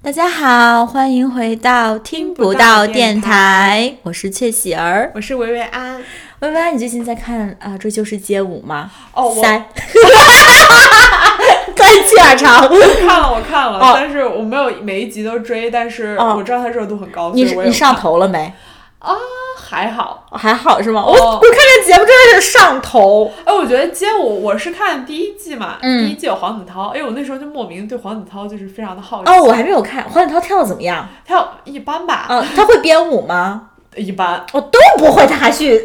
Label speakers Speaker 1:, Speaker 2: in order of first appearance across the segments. Speaker 1: 大家好，欢迎回到听不到电
Speaker 2: 听不到电
Speaker 1: 台，我是雀喜儿。
Speaker 2: 我是维维安。
Speaker 1: 薇薇，你最近在看啊、这就是街舞》吗？
Speaker 2: 哦，我
Speaker 1: 三，断气耳长。
Speaker 2: 看了，我看了，
Speaker 1: 哦
Speaker 2: 但是我没有每一集都追，但是
Speaker 1: 哦
Speaker 2: 我知道它热度很高，
Speaker 1: 你
Speaker 2: 所以我也
Speaker 1: 你上头了没？
Speaker 2: 啊还好。
Speaker 1: 还好是吗？我、
Speaker 2: 哦
Speaker 1: 我看这节目真的是上头。
Speaker 2: 哎，我觉得街舞我是看第一季嘛，
Speaker 1: 嗯
Speaker 2: 第一季有黄子韬，哎，我那时候就莫名对黄子韬就是非常的好奇。
Speaker 1: 哦，我还没有看黄子韬跳的怎么样？
Speaker 2: 他有一般吧，
Speaker 1: 啊，他会编舞吗？
Speaker 2: 一般。
Speaker 1: 我都不会，他还去，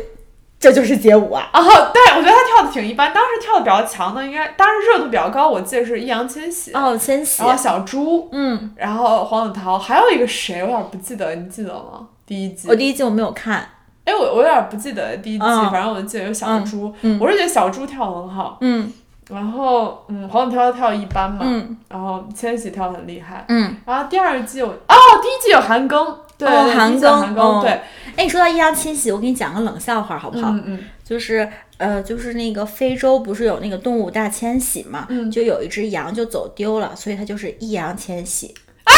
Speaker 1: 这就是街舞啊！
Speaker 2: 然后，哦对我觉得他跳的挺一般。当时跳的比较强的，应该当时热度比较高，我记得是易烊千玺，
Speaker 1: 哦，千玺
Speaker 2: 然，后小猪，
Speaker 1: 嗯，
Speaker 2: 然后黄子韬，还有一个谁，我有点不记得，你记得吗？第一季
Speaker 1: 我第一季我没有看，
Speaker 2: 哎，我我有点不记得第一季，
Speaker 1: 嗯
Speaker 2: 反正我记得有小猪，
Speaker 1: 嗯嗯
Speaker 2: 我是觉得小猪跳得很好，
Speaker 1: 嗯
Speaker 2: 然后嗯，黄子韬跳得一般嘛，
Speaker 1: 嗯
Speaker 2: 然后千玺跳得很厉害，
Speaker 1: 嗯。
Speaker 2: 然后第二季我哦，第一季有韩庚，对，
Speaker 1: 哦
Speaker 2: 对
Speaker 1: 韩
Speaker 2: 第一季有
Speaker 1: 庚
Speaker 2: 韩
Speaker 1: 哦
Speaker 2: 庚，对，
Speaker 1: 哎，你说到易烊千玺，我给你讲个冷笑话好不好？
Speaker 2: 嗯嗯，
Speaker 1: 就是呃，就是那个非洲不是有那个动物大迁徙嘛，
Speaker 2: 嗯
Speaker 1: 就有一只羊就走丢了，所以它就是易烊千玺。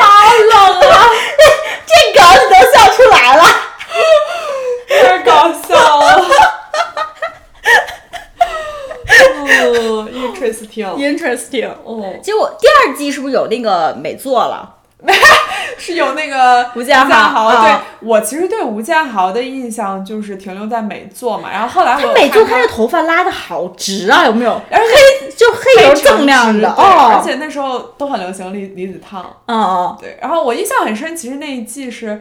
Speaker 2: 好冷啊，
Speaker 1: 这梗你都笑出来了，
Speaker 2: 太搞笑了。 哦，interesting，
Speaker 1: ，interesting。
Speaker 2: 哦，
Speaker 1: 结果第二季是不是有那个美作了？
Speaker 2: 是有那个
Speaker 1: 吴建豪
Speaker 2: 豪。哦对
Speaker 1: 啊
Speaker 2: 我其实对吴建豪的印象就是停留在美作嘛，然后后来我
Speaker 1: 他
Speaker 2: 有
Speaker 1: 美
Speaker 2: 看
Speaker 1: 作他的头发拉的好直啊，有没有？
Speaker 2: 而且
Speaker 1: 黑就黑油锃亮的
Speaker 2: 非常直对
Speaker 1: 哦
Speaker 2: 而，且那时候都很流行离离子烫，
Speaker 1: 嗯嗯
Speaker 2: 对。然后我印象很深，其实那一季是。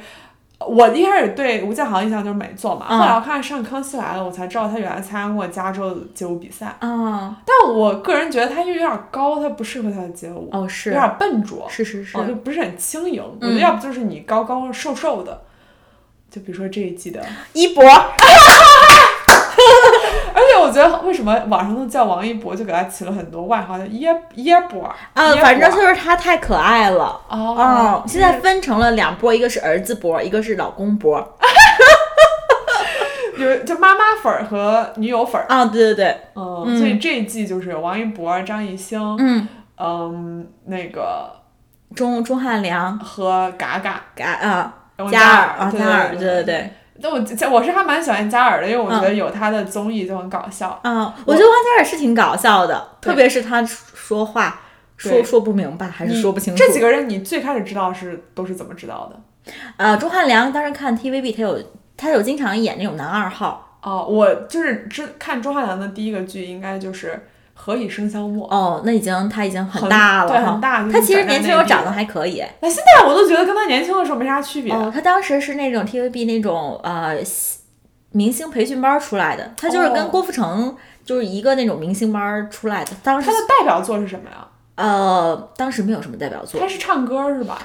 Speaker 2: 我一开始对吴建豪印象就是美作嘛，
Speaker 1: 嗯
Speaker 2: 后来我看《上康熙来了》，我才知道他原来参加过加州的街舞比赛。
Speaker 1: 嗯，
Speaker 2: 但我个人觉得他因为有点高，他不适合跳街舞，
Speaker 1: 哦
Speaker 2: 有
Speaker 1: 是
Speaker 2: 点笨拙，
Speaker 1: 是是是
Speaker 2: 哦，就不是很轻盈。我
Speaker 1: 嗯
Speaker 2: 觉得要不就是你高高瘦瘦的，就比如说这一季的，
Speaker 1: 一博
Speaker 2: 而且我觉得为什么网上都叫王一博，就给他起了很多外号，叫耶耶博儿
Speaker 1: 啊，
Speaker 2: 耶
Speaker 1: 反正
Speaker 2: 博儿
Speaker 1: 就是他太可爱了。
Speaker 2: 哦
Speaker 1: 哦，，现在分成了两波，一个是儿子波，一个是老公波。
Speaker 2: 有就妈妈粉儿和女友粉儿，
Speaker 1: 啊，对对对，
Speaker 2: 嗯，
Speaker 1: 嗯
Speaker 2: 所以这一季就是王一博、张艺兴，
Speaker 1: 嗯，
Speaker 2: 嗯，那个
Speaker 1: 钟钟汉良，
Speaker 2: 和嘎嘎，
Speaker 1: 嘎啊，
Speaker 2: 然后
Speaker 1: 加
Speaker 2: 嘉
Speaker 1: 尔啊，
Speaker 2: 对
Speaker 1: 加尔，
Speaker 2: 对
Speaker 1: 对对
Speaker 2: 对。
Speaker 1: 对，
Speaker 2: 那我其我是还蛮喜欢嘉尔的，因为我觉
Speaker 1: 嗯
Speaker 2: 得有他的综艺就很搞笑。
Speaker 1: 啊，我觉得王嘉尔是挺搞笑的，
Speaker 2: 对
Speaker 1: 特别是他说话说
Speaker 2: 对
Speaker 1: 说不明白，还是
Speaker 2: 你
Speaker 1: 说不清楚。
Speaker 2: 这几个人你最开始知道是都是怎么知道的？
Speaker 1: 呃，钟汉良当时看 TVB，他有他有经常演那种男二号。
Speaker 2: 哦，我就是知看钟汉良的第一个剧应该就是《何以笙箫默》，
Speaker 1: 哦，那已经他已经很
Speaker 2: 很
Speaker 1: 大
Speaker 2: 对
Speaker 1: 了哈
Speaker 2: 很。大就是
Speaker 1: 他其实
Speaker 2: 长在
Speaker 1: 年轻时
Speaker 2: 内
Speaker 1: 候
Speaker 2: 地
Speaker 1: 长得还可以。
Speaker 2: 哎，现在我都觉得跟他年轻的时候没啥区别。
Speaker 1: 哦，他当时是那种 TVB 那种呃西明星培训班儿出来的，他就是跟
Speaker 2: 哦
Speaker 1: 郭富城就是一个那种明星班儿出来的。当时
Speaker 2: 他的代表作是什么呀？
Speaker 1: 呃，当时没有什么代表作
Speaker 2: 他，是唱歌是吧？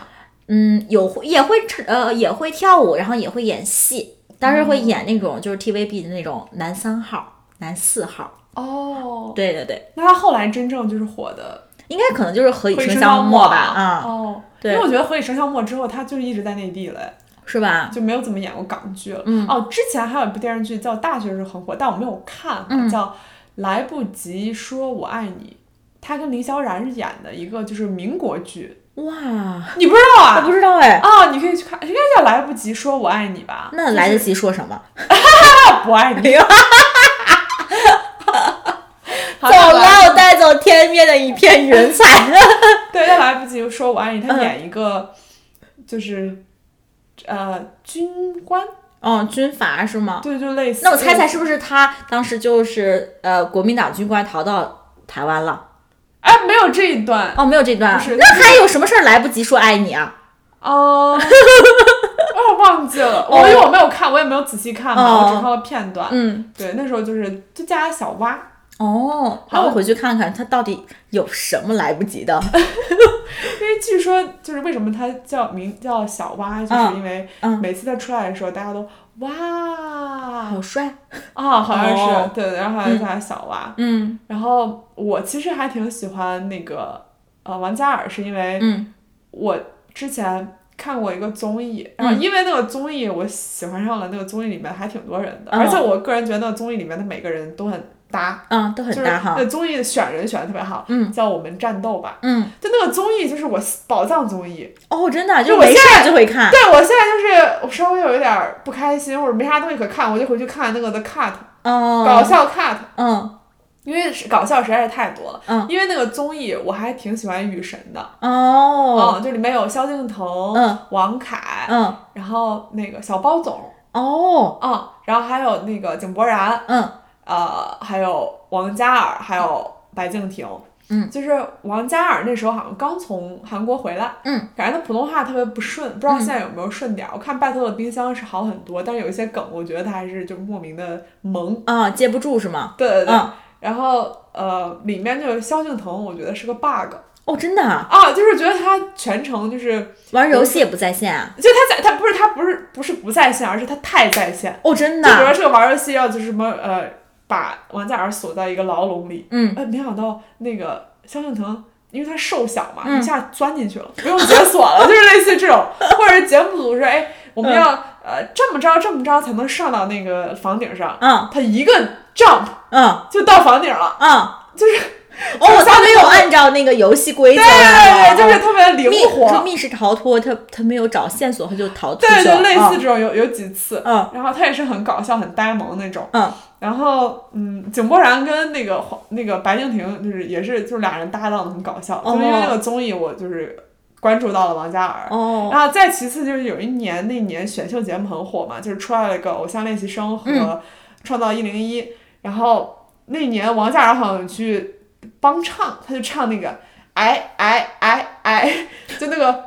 Speaker 1: 嗯，有会也会唱呃也会跳舞，然后也会演戏，当时会演那种就是 TVB 的那种男三号、男四号。
Speaker 2: 哦，
Speaker 1: 对对对，
Speaker 2: 那他后来真正就是火的
Speaker 1: 应该可能就是何以
Speaker 2: 《何以
Speaker 1: 笙
Speaker 2: 笙
Speaker 1: 箫
Speaker 2: 默》
Speaker 1: 默吧，啊、
Speaker 2: 哦，
Speaker 1: 对
Speaker 2: 因为我觉得《何以笙箫默》之后，他就是一直在内地了，
Speaker 1: 是吧？
Speaker 2: 就没有怎么演过港剧了。
Speaker 1: 啊嗯
Speaker 2: 哦，之前还有一部电视剧叫《大学时候》很火，但我没有看，
Speaker 1: 嗯
Speaker 2: 叫《来不及说我爱你》。他跟林萧然演的一个就是民国剧，
Speaker 1: 哇，
Speaker 2: 你不知 道
Speaker 1: 我
Speaker 2: 啊？
Speaker 1: 不知道哎，
Speaker 2: 啊、你可以去看，应该叫《来不及说我爱你》吧？
Speaker 1: 那来得及说什 么？
Speaker 2: 到不爱你。好
Speaker 1: 走
Speaker 2: 那来
Speaker 1: 了，我带走天边的一片云彩。
Speaker 2: 对，他来不及说我爱你，他
Speaker 1: 嗯
Speaker 2: 演一个、就是呃军官，
Speaker 1: 哦，军阀是吗？
Speaker 2: 对，就类似。
Speaker 1: 那我猜猜，是不
Speaker 2: 嗯
Speaker 1: 是他当时就是呃国民党军官逃到台湾了？
Speaker 2: 哎，没有这一段
Speaker 1: 哦，没有这段啊
Speaker 2: 不是，
Speaker 1: 那还有什么事儿来不及说爱你啊？
Speaker 2: 哦， 我有点忘记了，我
Speaker 1: 哦
Speaker 2: 因为我没有看，我也没有仔细看嘛，
Speaker 1: 哦
Speaker 2: 我只看了片段。
Speaker 1: 嗯，
Speaker 2: 对，那时候就是就加小蛙，
Speaker 1: 哦，那我回去看看他到底有什么来不及 的。
Speaker 2: 因为据说就是为什么他叫名叫小蛙，就是
Speaker 1: 嗯
Speaker 2: 因为
Speaker 1: 嗯
Speaker 2: 每次他出来的时候，大家都哇
Speaker 1: 好帅，
Speaker 2: 啊，好像
Speaker 1: 哦
Speaker 2: 是对，然后还
Speaker 1: 嗯
Speaker 2: 叫他小蛙。
Speaker 1: 嗯
Speaker 2: 然后我其实还挺喜欢那个呃王嘉尔，是因为
Speaker 1: 嗯
Speaker 2: 我之前看过一个综艺，然后
Speaker 1: 嗯
Speaker 2: 因为那个综艺我喜欢上了那个综艺里面还挺多人的，
Speaker 1: 嗯
Speaker 2: 而且我个人觉得那个综艺里面的每个人都很搭，
Speaker 1: 嗯，都
Speaker 2: 就
Speaker 1: 很
Speaker 2: 是
Speaker 1: 搭哈
Speaker 2: 那，综艺选人选的特别好，
Speaker 1: 嗯，
Speaker 2: 叫我们战斗吧，
Speaker 1: 嗯，
Speaker 2: 就那个综艺就是我宝藏综艺，
Speaker 1: 哦，真的，
Speaker 2: 就
Speaker 1: 就
Speaker 2: 我
Speaker 1: 没事
Speaker 2: 现在
Speaker 1: 儿就会看，
Speaker 2: 对我现在就是我稍微有一点儿不开心或者没啥东西可看，我就回去看那个的 cut 搞
Speaker 1: 哦，
Speaker 2: 笑 cut，
Speaker 1: 嗯
Speaker 2: 因为是搞笑实在是太多了。
Speaker 1: 嗯，
Speaker 2: 因为那个综艺我还挺喜欢《雨神》的，
Speaker 1: 哦，
Speaker 2: 嗯，就里面有萧敬腾、
Speaker 1: 嗯
Speaker 2: 王凯，
Speaker 1: 嗯
Speaker 2: 然后那个小包总，
Speaker 1: 哦，
Speaker 2: 嗯，然后还有那个井柏然，
Speaker 1: 嗯
Speaker 2: 呃，还有王嘉尔，还有白敬亭。
Speaker 1: 嗯，
Speaker 2: 就是王嘉尔那时候好像刚从韩国回来，
Speaker 1: 嗯，
Speaker 2: 感觉他普通话特别不顺，不知道现在有没有顺点儿。我看《拜托的冰箱》是好很多，但是有一些梗，我觉得他还是就莫名的萌。
Speaker 1: 啊，接不住是吗？
Speaker 2: 对对对。
Speaker 1: 嗯
Speaker 2: 然后呃，里面就是萧敬腾，我觉得是个 bug
Speaker 1: 哦，真的啊，
Speaker 2: 啊，就是觉得他全程就是，
Speaker 1: 玩游戏也不在线啊？
Speaker 2: 就他在他不是他不是不是不在线，而是他太在线。
Speaker 1: 哦，真
Speaker 2: 就
Speaker 1: 的
Speaker 2: 比如
Speaker 1: 啊，
Speaker 2: 说这个玩游戏要就是什么呃，把王嘉尔锁在一个牢笼里，
Speaker 1: 嗯，
Speaker 2: 呃，没想到那个萧敬腾。因为他瘦小嘛，
Speaker 1: 嗯
Speaker 2: 一下钻进去了，不用解锁了，就是类似这种，或者是节目组说，哎，我们要、呃这么着这么着才能上到那个房顶上，
Speaker 1: 嗯
Speaker 2: 他一个 jump
Speaker 1: 嗯
Speaker 2: 就到房顶了，
Speaker 1: 嗯，
Speaker 2: 就是
Speaker 1: 哦，他没有按照那个游戏规则
Speaker 2: 对对
Speaker 1: 来玩，
Speaker 2: 对，就是特别灵
Speaker 1: 密说
Speaker 2: 活，
Speaker 1: 密室逃脱，他他没有找线索，他就逃出去
Speaker 2: 对
Speaker 1: 了，
Speaker 2: 对，类似
Speaker 1: 嗯
Speaker 2: 这种有有几次，
Speaker 1: 嗯
Speaker 2: 然后他也是很搞笑、很呆萌那种，
Speaker 1: 嗯，
Speaker 2: 然后嗯，井柏然跟那个黄那个白敬亭就是也是就是俩人搭档的很搞笑，
Speaker 1: 哦
Speaker 2: 就是因为那个综艺我就是关注到了王嘉尔。
Speaker 1: 哦，
Speaker 2: 然后再其次就是有一年，那年选秀节目很火嘛，就是出来了一个《偶像练习生》和
Speaker 1: 嗯
Speaker 2: 《创造一零一》，然后那年王嘉尔好像去帮唱，他就唱那个哎哎哎哎， 就那个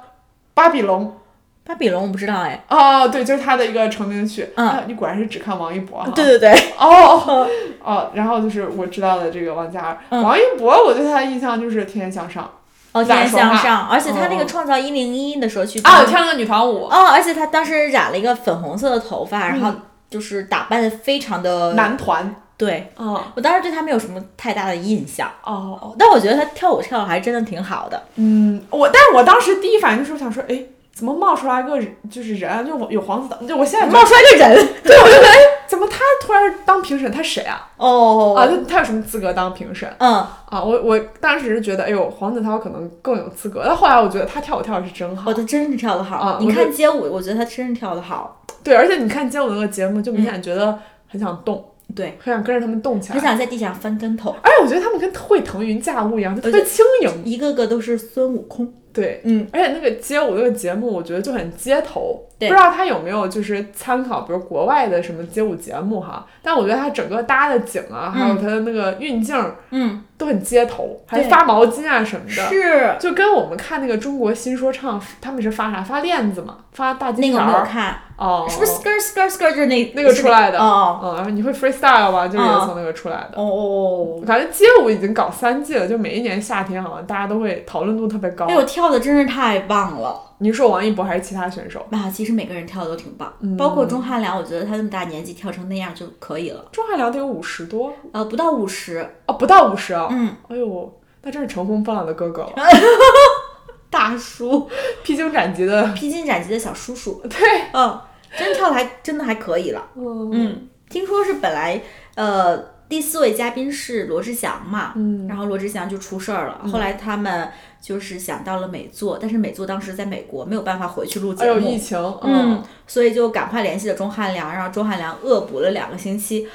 Speaker 2: 巴比龙
Speaker 1: 巴比龙我不知道哎，
Speaker 2: 哦，对，就是他的一个成名曲。
Speaker 1: 嗯
Speaker 2: 啊，你果然是只看王一博哈。
Speaker 1: 对对对，
Speaker 2: 哦哦，然后就是我知道的这个王嘉尔，王一博，我对他的印象就是《天天向上
Speaker 1: 哦，
Speaker 2: 咋
Speaker 1: 天天
Speaker 2: 说
Speaker 1: 向
Speaker 2: 话
Speaker 1: 上，而且他那
Speaker 2: 嗯
Speaker 1: 个创造一零一的时候去》
Speaker 2: 啊，我
Speaker 1: 放
Speaker 2: 跳那个女团舞，
Speaker 1: 哦，而且他当时染了一个粉红色的头发，然后
Speaker 2: 嗯
Speaker 1: 就是打扮的非常的
Speaker 2: 男团。
Speaker 1: 对。
Speaker 2: 嗯哦
Speaker 1: 我当时对他没有什么太大的印象，
Speaker 2: 哦，哦
Speaker 1: 但我觉得他跳舞跳的还真的挺好的。
Speaker 2: 嗯，我但是我当时第一反应就是我想说，哎，怎么冒出来个人就是人啊，就我有黄子韬，就我现在
Speaker 1: 冒出来个人
Speaker 2: 对，我就觉得，哎，怎么他突然当评审？他谁啊？啊，
Speaker 1: 哦，
Speaker 2: 他他有什么资格当评审
Speaker 1: 嗯，
Speaker 2: 啊？我我当时是觉得，哎呦，黄子韬可能更有资格，但后来我觉得他跳舞跳的是真好
Speaker 1: 我，的哦真是跳得好。
Speaker 2: 啊
Speaker 1: 你
Speaker 2: 我
Speaker 1: 看街舞，我觉得他真是跳得好。
Speaker 2: 对，而且你看街舞那个节目，就明显觉得很想动，
Speaker 1: 对，
Speaker 2: 很想跟着他们动起
Speaker 1: 很
Speaker 2: 来。
Speaker 1: 想在地上翻跟头，
Speaker 2: 而且我觉得他们跟会腾云驾雾一样，就特别
Speaker 1: 而
Speaker 2: 轻盈。
Speaker 1: 一个个都是孙悟空。
Speaker 2: 对，
Speaker 1: 嗯，
Speaker 2: 而且那个街舞那个节目，我觉得就很街头。不
Speaker 1: 对
Speaker 2: 知道他有没有就是参考，比如国外的什么街舞节目哈？但我觉得他整个搭的景啊，还有他的那个运镜儿
Speaker 1: 嗯，
Speaker 2: 都很街头，还
Speaker 1: 对
Speaker 2: 发毛巾啊什么的。
Speaker 1: 是
Speaker 2: 就跟我们看那个中国新说唱，他们是发啥？发链子嘛，发大
Speaker 1: 那
Speaker 2: 金
Speaker 1: 个
Speaker 2: 条
Speaker 1: 我没有
Speaker 2: 儿。
Speaker 1: 看，
Speaker 2: 哦，
Speaker 1: 是不是 skirt skirt skirt 就是那
Speaker 2: 那个出来的？
Speaker 1: 哦
Speaker 2: 嗯，然后你会 freestyle 吧？就是
Speaker 1: 嗯
Speaker 2: 从那个出来的。
Speaker 1: 哦哦
Speaker 2: 我，感觉街舞已经搞三季了，就每一年夏天好像大家都会讨论度特别高
Speaker 1: 哎。呦，跳的真是太棒了！
Speaker 2: 你说王一博还是其他选手？
Speaker 1: 啊，其实每个人跳的都挺棒，
Speaker 2: 嗯
Speaker 1: 包括钟汉良，我觉得他那么大年纪跳成那样就可以了，
Speaker 2: 钟汉良得有五十多
Speaker 1: 呃，不到五十，
Speaker 2: 哦，不到五十啊！
Speaker 1: 嗯，
Speaker 2: 哎呦，那真是乘风破浪的哥哥了，
Speaker 1: 大叔，
Speaker 2: 披荆斩棘的。
Speaker 1: 披荆斩棘的小叔叔，
Speaker 2: 对，
Speaker 1: 嗯，真跳的还真的还可以了，
Speaker 2: 嗯
Speaker 1: 嗯，听说是本来呃第四位嘉宾是罗志祥嘛，
Speaker 2: 嗯
Speaker 1: 然后罗志祥就出事儿了，后来他们就是想到了美作，但是美作当时在美国没有办法回去录
Speaker 2: 哎
Speaker 1: 节
Speaker 2: 呦，
Speaker 1: 目
Speaker 2: 疫，情，
Speaker 1: 嗯，，所以就赶快联系了钟汉良，然后钟汉良恶补了两个星 期，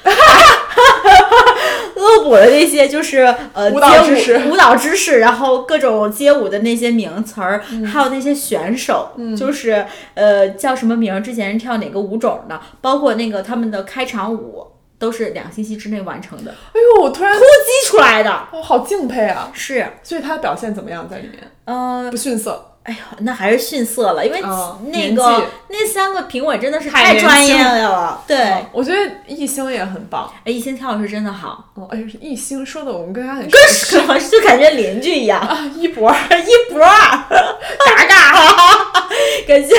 Speaker 1: 恶补了那些就是呃
Speaker 2: 舞蹈知
Speaker 1: 街舞舞蹈知识，然后各种街舞的那些名词儿，
Speaker 2: 嗯
Speaker 1: 还有那些选手，就是呃叫什么名儿，之前是跳哪个舞种的，包括那个他们的开场舞都是两星期之内完成的，
Speaker 2: 哎呦，我突然，
Speaker 1: 激出来的。
Speaker 2: 我好敬佩啊！
Speaker 1: 是，
Speaker 2: 所以他的表现怎么样在里面？
Speaker 1: 嗯、
Speaker 2: 不逊色，
Speaker 1: 哎呦，那还是逊色了，因为
Speaker 2: 嗯
Speaker 1: 那
Speaker 2: 年纪
Speaker 1: 个、那三个评委真的是
Speaker 2: 太
Speaker 1: 太
Speaker 2: 年
Speaker 1: 专
Speaker 2: 轻哦
Speaker 1: 业了。对，哎，
Speaker 2: 嗯我觉得艺兴也很棒。
Speaker 1: 一星跳的是真的好，
Speaker 2: 哦，哎呦，是艺兴说的，我们跟他很
Speaker 1: 跟 什么就感觉邻居一样，
Speaker 2: 啊，一博， 啊
Speaker 1: 一博儿，嘎 嘎，感觉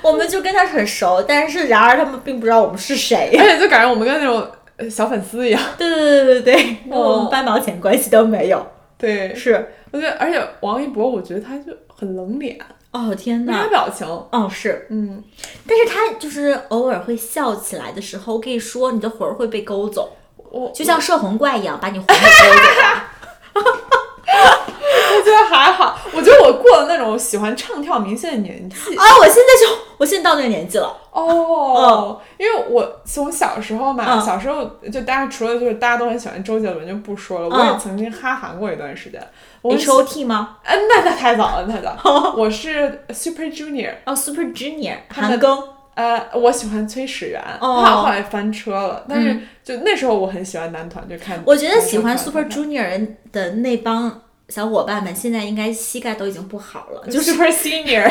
Speaker 1: 我们就跟他很熟，但是然而他们并不知道我们是谁。
Speaker 2: 而且就感觉我们跟那种呃小粉丝一样。
Speaker 1: 对对对对对，跟我
Speaker 2: 哦
Speaker 1: 们半毛钱关系都没有。
Speaker 2: 对，
Speaker 1: 是，
Speaker 2: 我觉得，而且王一博，我觉得他就很冷脸，
Speaker 1: 哦天
Speaker 2: 没啥
Speaker 1: 哪，
Speaker 2: 表情。
Speaker 1: 哦是，
Speaker 2: 嗯，
Speaker 1: 但是他就是偶尔会笑起来的时候，我跟你说，你的魂儿会被勾走。
Speaker 2: 我
Speaker 1: 就像摄魂怪一样把你魂给勾 走了。
Speaker 2: 我觉得还好，我觉得我过了那种喜欢唱跳明星的年纪
Speaker 1: 啊，我现在就我现在到那个年纪了，
Speaker 2: 哦，因为我从小时候嘛，
Speaker 1: 嗯
Speaker 2: 小时候就大家除了就是大家都很喜欢周杰伦就不说了，我
Speaker 1: 嗯
Speaker 2: 也曾经哈韩过一段时间。我
Speaker 1: 你
Speaker 2: 是
Speaker 1: 是 OT 吗？
Speaker 2: 哎，那那太早了，太早 了。我是 Super Junior，
Speaker 1: 哦，Super Junior
Speaker 2: 他
Speaker 1: 韩
Speaker 2: 们
Speaker 1: 庚，
Speaker 2: 呃，我喜欢崔始源，
Speaker 1: 哦嗯
Speaker 2: 他后来翻车了，但是就那时候我很喜欢男团，就看。
Speaker 1: 我觉得喜欢 Super
Speaker 2: 男团
Speaker 1: Junior 的那帮小伙伴们，现在应该膝盖都已经不好了，
Speaker 2: 就
Speaker 1: 就是
Speaker 2: Super Senior，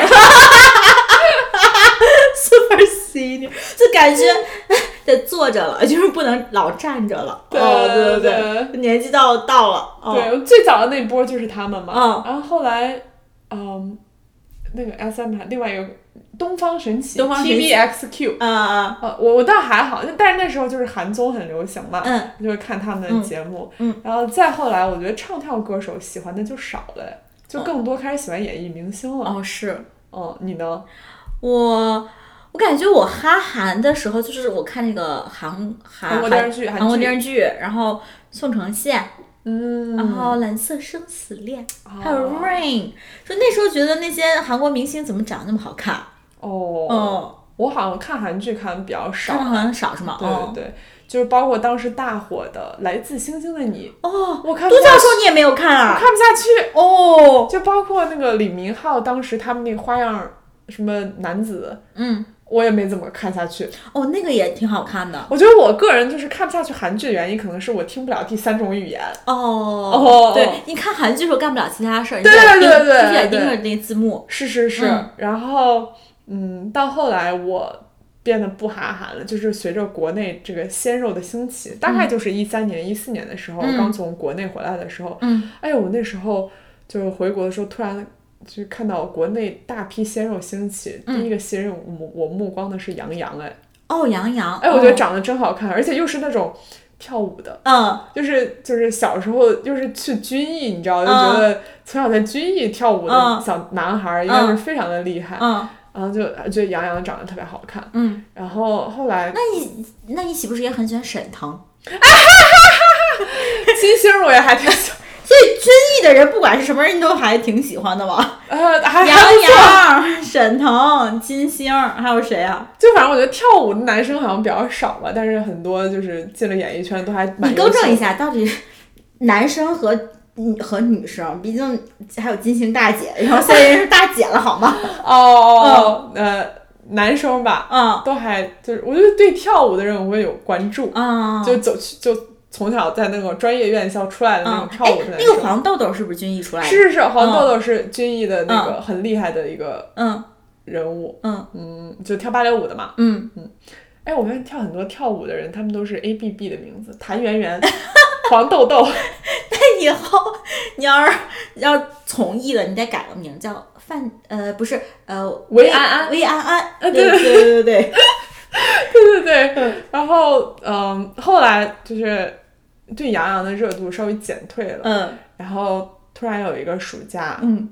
Speaker 1: Super Senior，就感觉呃得坐着了，就是不能老站着了。
Speaker 2: 对
Speaker 1: 哦，对
Speaker 2: 对
Speaker 1: 对，年纪到到了，哦，
Speaker 2: 对，最早的那波就是他们嘛。
Speaker 1: 嗯
Speaker 2: 然后后来，嗯，那个 S M 还另外一个东方神起
Speaker 1: 东方神起
Speaker 2: T V X Q，
Speaker 1: 啊啊，
Speaker 2: 呃，我我倒还好，但是那时候就是韩综很流行嘛，
Speaker 1: 嗯，
Speaker 2: 就是看他们
Speaker 1: 嗯
Speaker 2: 的节目。
Speaker 1: 嗯
Speaker 2: 然后再后来，我觉得唱跳歌手喜欢的就少了，就更多开始喜欢演艺明星了。
Speaker 1: 哦，是
Speaker 2: 哦、你呢？
Speaker 1: 我。我感觉我哈韩的时候，就是我看那个韩韩
Speaker 2: 韩国电视剧
Speaker 1: 韩
Speaker 2: 韩
Speaker 1: 国
Speaker 2: 剧
Speaker 1: 电视剧，然后宋承宪，
Speaker 2: 嗯
Speaker 1: 然后《蓝色生死恋》，啊还有
Speaker 2: 哦
Speaker 1: 《Rain》，就那时候觉得那些韩国明星怎么长得那么好看？
Speaker 2: 哦，
Speaker 1: 哦，
Speaker 2: 我好像看韩剧看的比较少
Speaker 1: 看的。好像少是吗？哦
Speaker 2: 对对对，就是包括当时大火的《来自星星的你》，
Speaker 1: 哦，
Speaker 2: 我看不
Speaker 1: 都
Speaker 2: 下
Speaker 1: 教
Speaker 2: 去，
Speaker 1: 授你也没有看
Speaker 2: 我
Speaker 1: 啊？
Speaker 2: 看不下去。
Speaker 1: 哦，
Speaker 2: 就包括那个李明浩当时他们那个花样儿什么男子，
Speaker 1: 嗯，
Speaker 2: 我也没怎么看下去。
Speaker 1: 哦，那个也挺好看的。
Speaker 2: 我觉得我个人就是看不下去韩剧的原因，可能是我听不了第三种语言。
Speaker 1: 哦
Speaker 2: 哦
Speaker 1: 对，你看韩剧的时候干不了其他事儿，你
Speaker 2: 对
Speaker 1: 就得盯
Speaker 2: 对
Speaker 1: 就
Speaker 2: 对
Speaker 1: 得
Speaker 2: 对
Speaker 1: 盯着那字幕。
Speaker 2: 是是是，
Speaker 1: 嗯
Speaker 2: 然后嗯，到后来我变得不哈韩了，就是随着国内这个鲜肉的兴起，大概就是一三年、一四年的时候，
Speaker 1: 嗯
Speaker 2: 刚从国内回来的时候，
Speaker 1: 嗯，
Speaker 2: 哎呦，我那时候就是回国的时候，突然就看到国内大批鲜肉兴起，
Speaker 1: 嗯
Speaker 2: 第一个吸引我目我目光的是杨洋，哎，
Speaker 1: 哦，杨洋，
Speaker 2: 哎，我觉得
Speaker 1: 哦
Speaker 2: 长得真好看，而且又是那种跳舞的。
Speaker 1: 嗯，
Speaker 2: 就是就是小时候又是去军艺，你知道，就
Speaker 1: 嗯
Speaker 2: 觉得从小在军艺跳舞
Speaker 1: 嗯
Speaker 2: 的小男孩儿应该是非常的厉害，
Speaker 1: 嗯
Speaker 2: 然后就觉得杨洋长得特别好看，
Speaker 1: 嗯，
Speaker 2: 然后后来
Speaker 1: 那你那你岂不是也很喜欢沈腾？
Speaker 2: 金星儿我也还挺喜欢，
Speaker 1: 所以军艺的人不管是什么人都还挺喜欢的 嘛。
Speaker 2: 呃，还
Speaker 1: 杨
Speaker 2: 还不错，
Speaker 1: 洋、沈腾、金星，还有谁啊？
Speaker 2: 就反正我觉得跳舞的男生好像比较少吧，但是很多就是进了演艺圈都还蛮
Speaker 1: 你纠
Speaker 2: 优秀
Speaker 1: 正
Speaker 2: 的
Speaker 1: 一，下，到底是 男生和和女生，毕竟还有金星大姐，然后现在人是大姐了，好吗？
Speaker 2: 哦哦，哦呃，男生吧，
Speaker 1: 嗯
Speaker 2: 都还就是我觉得对跳舞的人我会有关注，
Speaker 1: 啊，
Speaker 2: 就走去就从小在那个专业院校出来的那
Speaker 1: 啊
Speaker 2: 种，跳
Speaker 1: 哎
Speaker 2: 舞的，男
Speaker 1: 那
Speaker 2: 生。
Speaker 1: 个黄豆豆是不是军艺出来的？
Speaker 2: 是，是是，黄豆豆是军艺的那
Speaker 1: 嗯
Speaker 2: 个很厉害的一个
Speaker 1: 嗯
Speaker 2: 人物，
Speaker 1: 嗯
Speaker 2: 嗯，就跳芭蕾舞的嘛。
Speaker 1: 嗯，
Speaker 2: 哎，我发现跳很多跳舞的人，他们都是 A B B 的名字，谭 元元、黄豆豆。
Speaker 1: 以后你要是要从艺了，你得改个名叫范呃不是呃
Speaker 2: 韦安安
Speaker 1: 魏安安，对
Speaker 2: 对
Speaker 1: 对对对 对，
Speaker 2: 对对对。然后，嗯，后来就是对杨洋的热度稍微减退了，
Speaker 1: 嗯
Speaker 2: 然后突然有一个暑假
Speaker 1: 嗯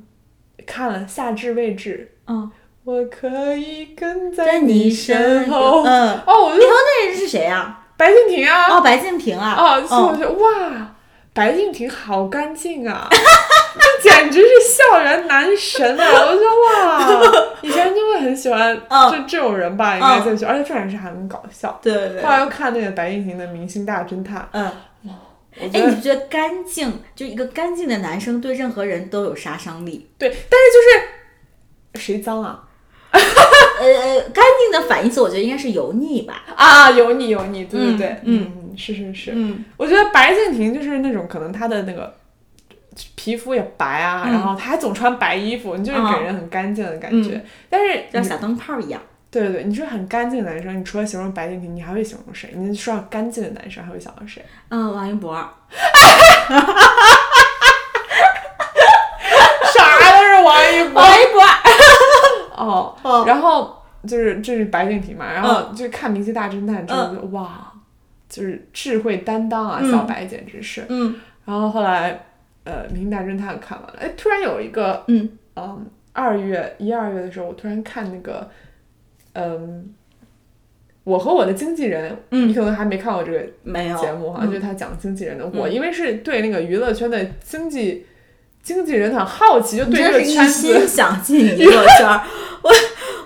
Speaker 2: 看了《夏至未至》，
Speaker 1: 嗯，
Speaker 2: 我可以跟在
Speaker 1: 在
Speaker 2: 你
Speaker 1: 你
Speaker 2: 身
Speaker 1: 身
Speaker 2: 后。
Speaker 1: 后，嗯，
Speaker 2: 哦，我
Speaker 1: 里头
Speaker 2: 就
Speaker 1: 那人是谁呀？
Speaker 2: 白敬亭啊。
Speaker 1: 哦，白敬亭啊，
Speaker 2: 哦，所以我觉得、哇，白敬亭好干净啊， 这简直是校园男神啊！我觉得哇，以前就会很喜欢
Speaker 1: 嗯
Speaker 2: 这、这种人
Speaker 1: 哦
Speaker 2: 吧，应该进去，而且重点是还很搞笑。
Speaker 1: 对对
Speaker 2: 后来又看那个白敬亭的《明星大侦探
Speaker 1: 嗯，》，
Speaker 2: 我
Speaker 1: 哎，
Speaker 2: 觉得
Speaker 1: 你觉得干净，就一个干净的男生对任何人都有杀伤力。
Speaker 2: 对，但是就是谁脏啊？
Speaker 1: 呃呃，干净的反义词，我觉得应该是油腻吧。
Speaker 2: 啊，有你有你，对对对，
Speaker 1: 嗯
Speaker 2: 嗯，是是是，
Speaker 1: 嗯
Speaker 2: 我觉得白敬亭就是那种可能他的那个皮肤也白啊，
Speaker 1: 嗯
Speaker 2: 然后他还总穿白衣服，你就是
Speaker 1: 啊
Speaker 2: 给人很干净的感
Speaker 1: 嗯
Speaker 2: 觉。但是
Speaker 1: 像
Speaker 2: 你
Speaker 1: 小灯泡一样，
Speaker 2: 对对对，你说很干净的男生，你除了形容白敬亭，你还会形容谁？你说到干净的男生，还会想到 谁？
Speaker 1: 嗯，王一博，
Speaker 2: 啥都是王一博
Speaker 1: 一博，
Speaker 2: 哦。
Speaker 1: 哦嗯
Speaker 2: 然后就是这是白敬亭嘛，然后就看《明星大侦探》之后就哇，就是智慧担当啊，
Speaker 1: 嗯
Speaker 2: 小白简直是。
Speaker 1: 嗯
Speaker 2: 然后后来呃，《明星大侦探》看完了，哎，突然有一个
Speaker 1: 嗯
Speaker 2: 嗯二月一二月的时候，我突然看那个嗯我和我的经纪人，
Speaker 1: 嗯
Speaker 2: 你可能还没看过这个
Speaker 1: 没有
Speaker 2: 节目哈，
Speaker 1: 嗯
Speaker 2: 就是他讲经纪人的。我因为是对那个娱乐圈的经纪经纪人很好奇，就
Speaker 1: 你
Speaker 2: 对这
Speaker 1: 真
Speaker 2: 个
Speaker 1: 是
Speaker 2: 圈
Speaker 1: 一
Speaker 2: 子
Speaker 1: 心想进娱乐圈儿。 我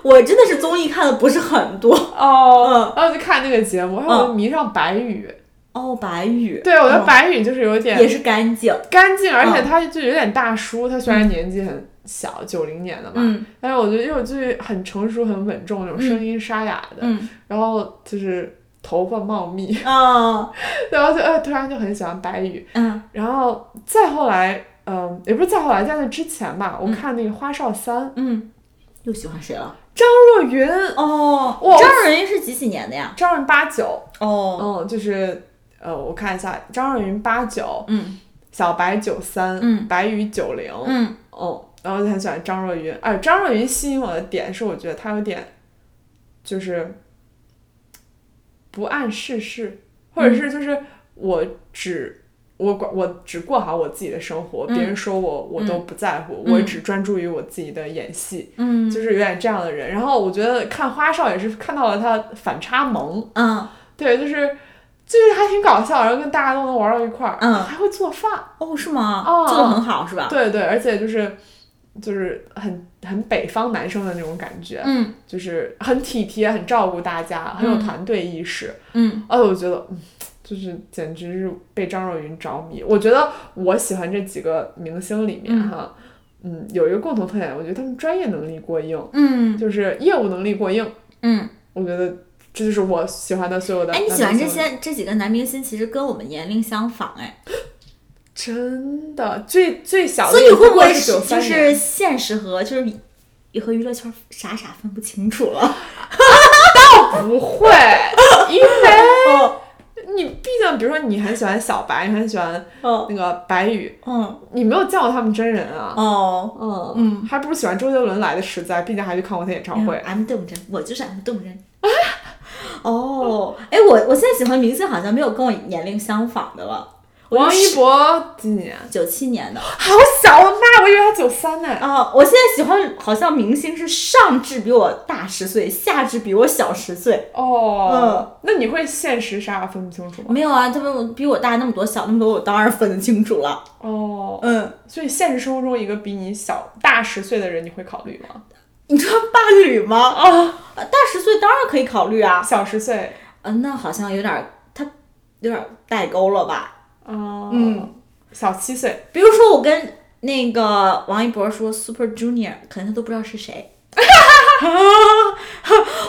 Speaker 1: 我真的是综艺看的不是很多
Speaker 2: 哦，然后就看那个节
Speaker 1: 嗯
Speaker 2: 目，然后我迷上白宇。
Speaker 1: 哦，白宇，
Speaker 2: 对，我觉得
Speaker 1: 嗯
Speaker 2: 白宇就是有
Speaker 1: 也
Speaker 2: 点
Speaker 1: 是嗯干净，
Speaker 2: 干净，而且他就有点大叔。他虽然年纪很小，九零年的嘛，
Speaker 1: 嗯
Speaker 2: 但哎是我觉得又就是很成熟、很稳重那种，
Speaker 1: 嗯
Speaker 2: 声音沙哑的，
Speaker 1: 嗯
Speaker 2: 然后就是头发茂密，
Speaker 1: 哦
Speaker 2: 然后就呃突然就很喜欢白宇，
Speaker 1: 嗯
Speaker 2: 然后再后来，嗯、也不是再后来，在那之前吧，我
Speaker 1: 嗯
Speaker 2: 看那个《花少三》，
Speaker 1: 嗯，又喜欢谁了？
Speaker 2: 若云，
Speaker 1: 哦
Speaker 2: 哇
Speaker 1: 张若昀是几几年的呀？
Speaker 2: 张若八九，
Speaker 1: 哦，
Speaker 2: 嗯，就是呃，我看一下，张若昀八九，
Speaker 1: 嗯
Speaker 2: 小白九三，
Speaker 1: 嗯
Speaker 2: 白宇九零，
Speaker 1: 嗯
Speaker 2: 哦，然后就很喜欢张若昀。哎，张若昀吸引我的点是，我觉得他有点就是不谙世事，或
Speaker 1: 嗯
Speaker 2: 者是就是我只。我管我只过好我自己的生活，别人
Speaker 1: 嗯
Speaker 2: 说我我都不在乎，我只专注于我自己的演戏，
Speaker 1: 嗯
Speaker 2: 就是有点这样的人。然后我觉得看花少也是看到了他反差萌，
Speaker 1: 嗯
Speaker 2: 对，就是就是还挺搞笑，然后跟大家都能玩到一块儿，
Speaker 1: 嗯
Speaker 2: 还会做饭，
Speaker 1: 哦是吗？
Speaker 2: 哦
Speaker 1: 做的很好是吧？
Speaker 2: 对对，而且就是就是很很北方男生的那种感觉，
Speaker 1: 嗯
Speaker 2: 就是很体贴，很照顾大家，很有
Speaker 1: 嗯
Speaker 2: 团队意识。
Speaker 1: 嗯
Speaker 2: 哎、我觉得，嗯，就是简直是被张若昀着迷。我觉得我喜欢这几个明星里面
Speaker 1: 嗯
Speaker 2: 哈，嗯，有一个共同特点，我觉得他们专业能力过硬，
Speaker 1: 嗯
Speaker 2: 就是业务能力过硬。
Speaker 1: 嗯。
Speaker 2: 我觉得这就是我喜欢的所有的。
Speaker 1: 哎，你喜欢这？些这几个男明星，其实跟我们年龄相仿哎，
Speaker 2: 真的，最最小的
Speaker 1: 所以
Speaker 2: 啊也
Speaker 1: 会不
Speaker 2: 过
Speaker 1: 会
Speaker 2: 是
Speaker 1: 是
Speaker 2: 九
Speaker 1: 就
Speaker 2: 三年。
Speaker 1: 是现实和就是也和娱乐圈傻傻分不清楚了？
Speaker 2: 不会，因为
Speaker 1: 哦
Speaker 2: 你毕竟，比如说你很喜欢小白，你很喜欢
Speaker 1: 哦
Speaker 2: 那个白宇，
Speaker 1: 嗯
Speaker 2: 你没有见过他们真人啊。
Speaker 1: 哦，
Speaker 2: 嗯
Speaker 1: 嗯
Speaker 2: 还不如喜欢周杰伦来的实在，毕竟还去看过他演唱会。啊
Speaker 1: M 动真，我就是 M 动真。哦，哎，我我现在喜欢明星好像没有跟我年龄相仿的了。我
Speaker 2: 王一博今年
Speaker 1: 九七年的
Speaker 2: 好小，我的妈，我以为他九三呢。
Speaker 1: 哦，我现在喜欢好像明星是上至比我大十岁，下至比我小十岁。嗯
Speaker 2: 哦，那你会现实啥也分不清楚吗？
Speaker 1: 没有啊，他们比我大那么多，小那么多，我当然分得清楚了。
Speaker 2: 哦，
Speaker 1: 嗯。
Speaker 2: 所以现实生活中一个比你小大十岁的人，你会考虑吗？
Speaker 1: 你说伴侣吗？啊，大十岁当然可以考虑啊。
Speaker 2: 小十岁，
Speaker 1: 嗯，那好像有点儿，他有点儿代沟了吧？
Speaker 2: 哦，
Speaker 1: 嗯，
Speaker 2: 小七岁，
Speaker 1: 比如说我跟那个王一博说 Super Junior，可能他都不知道是谁。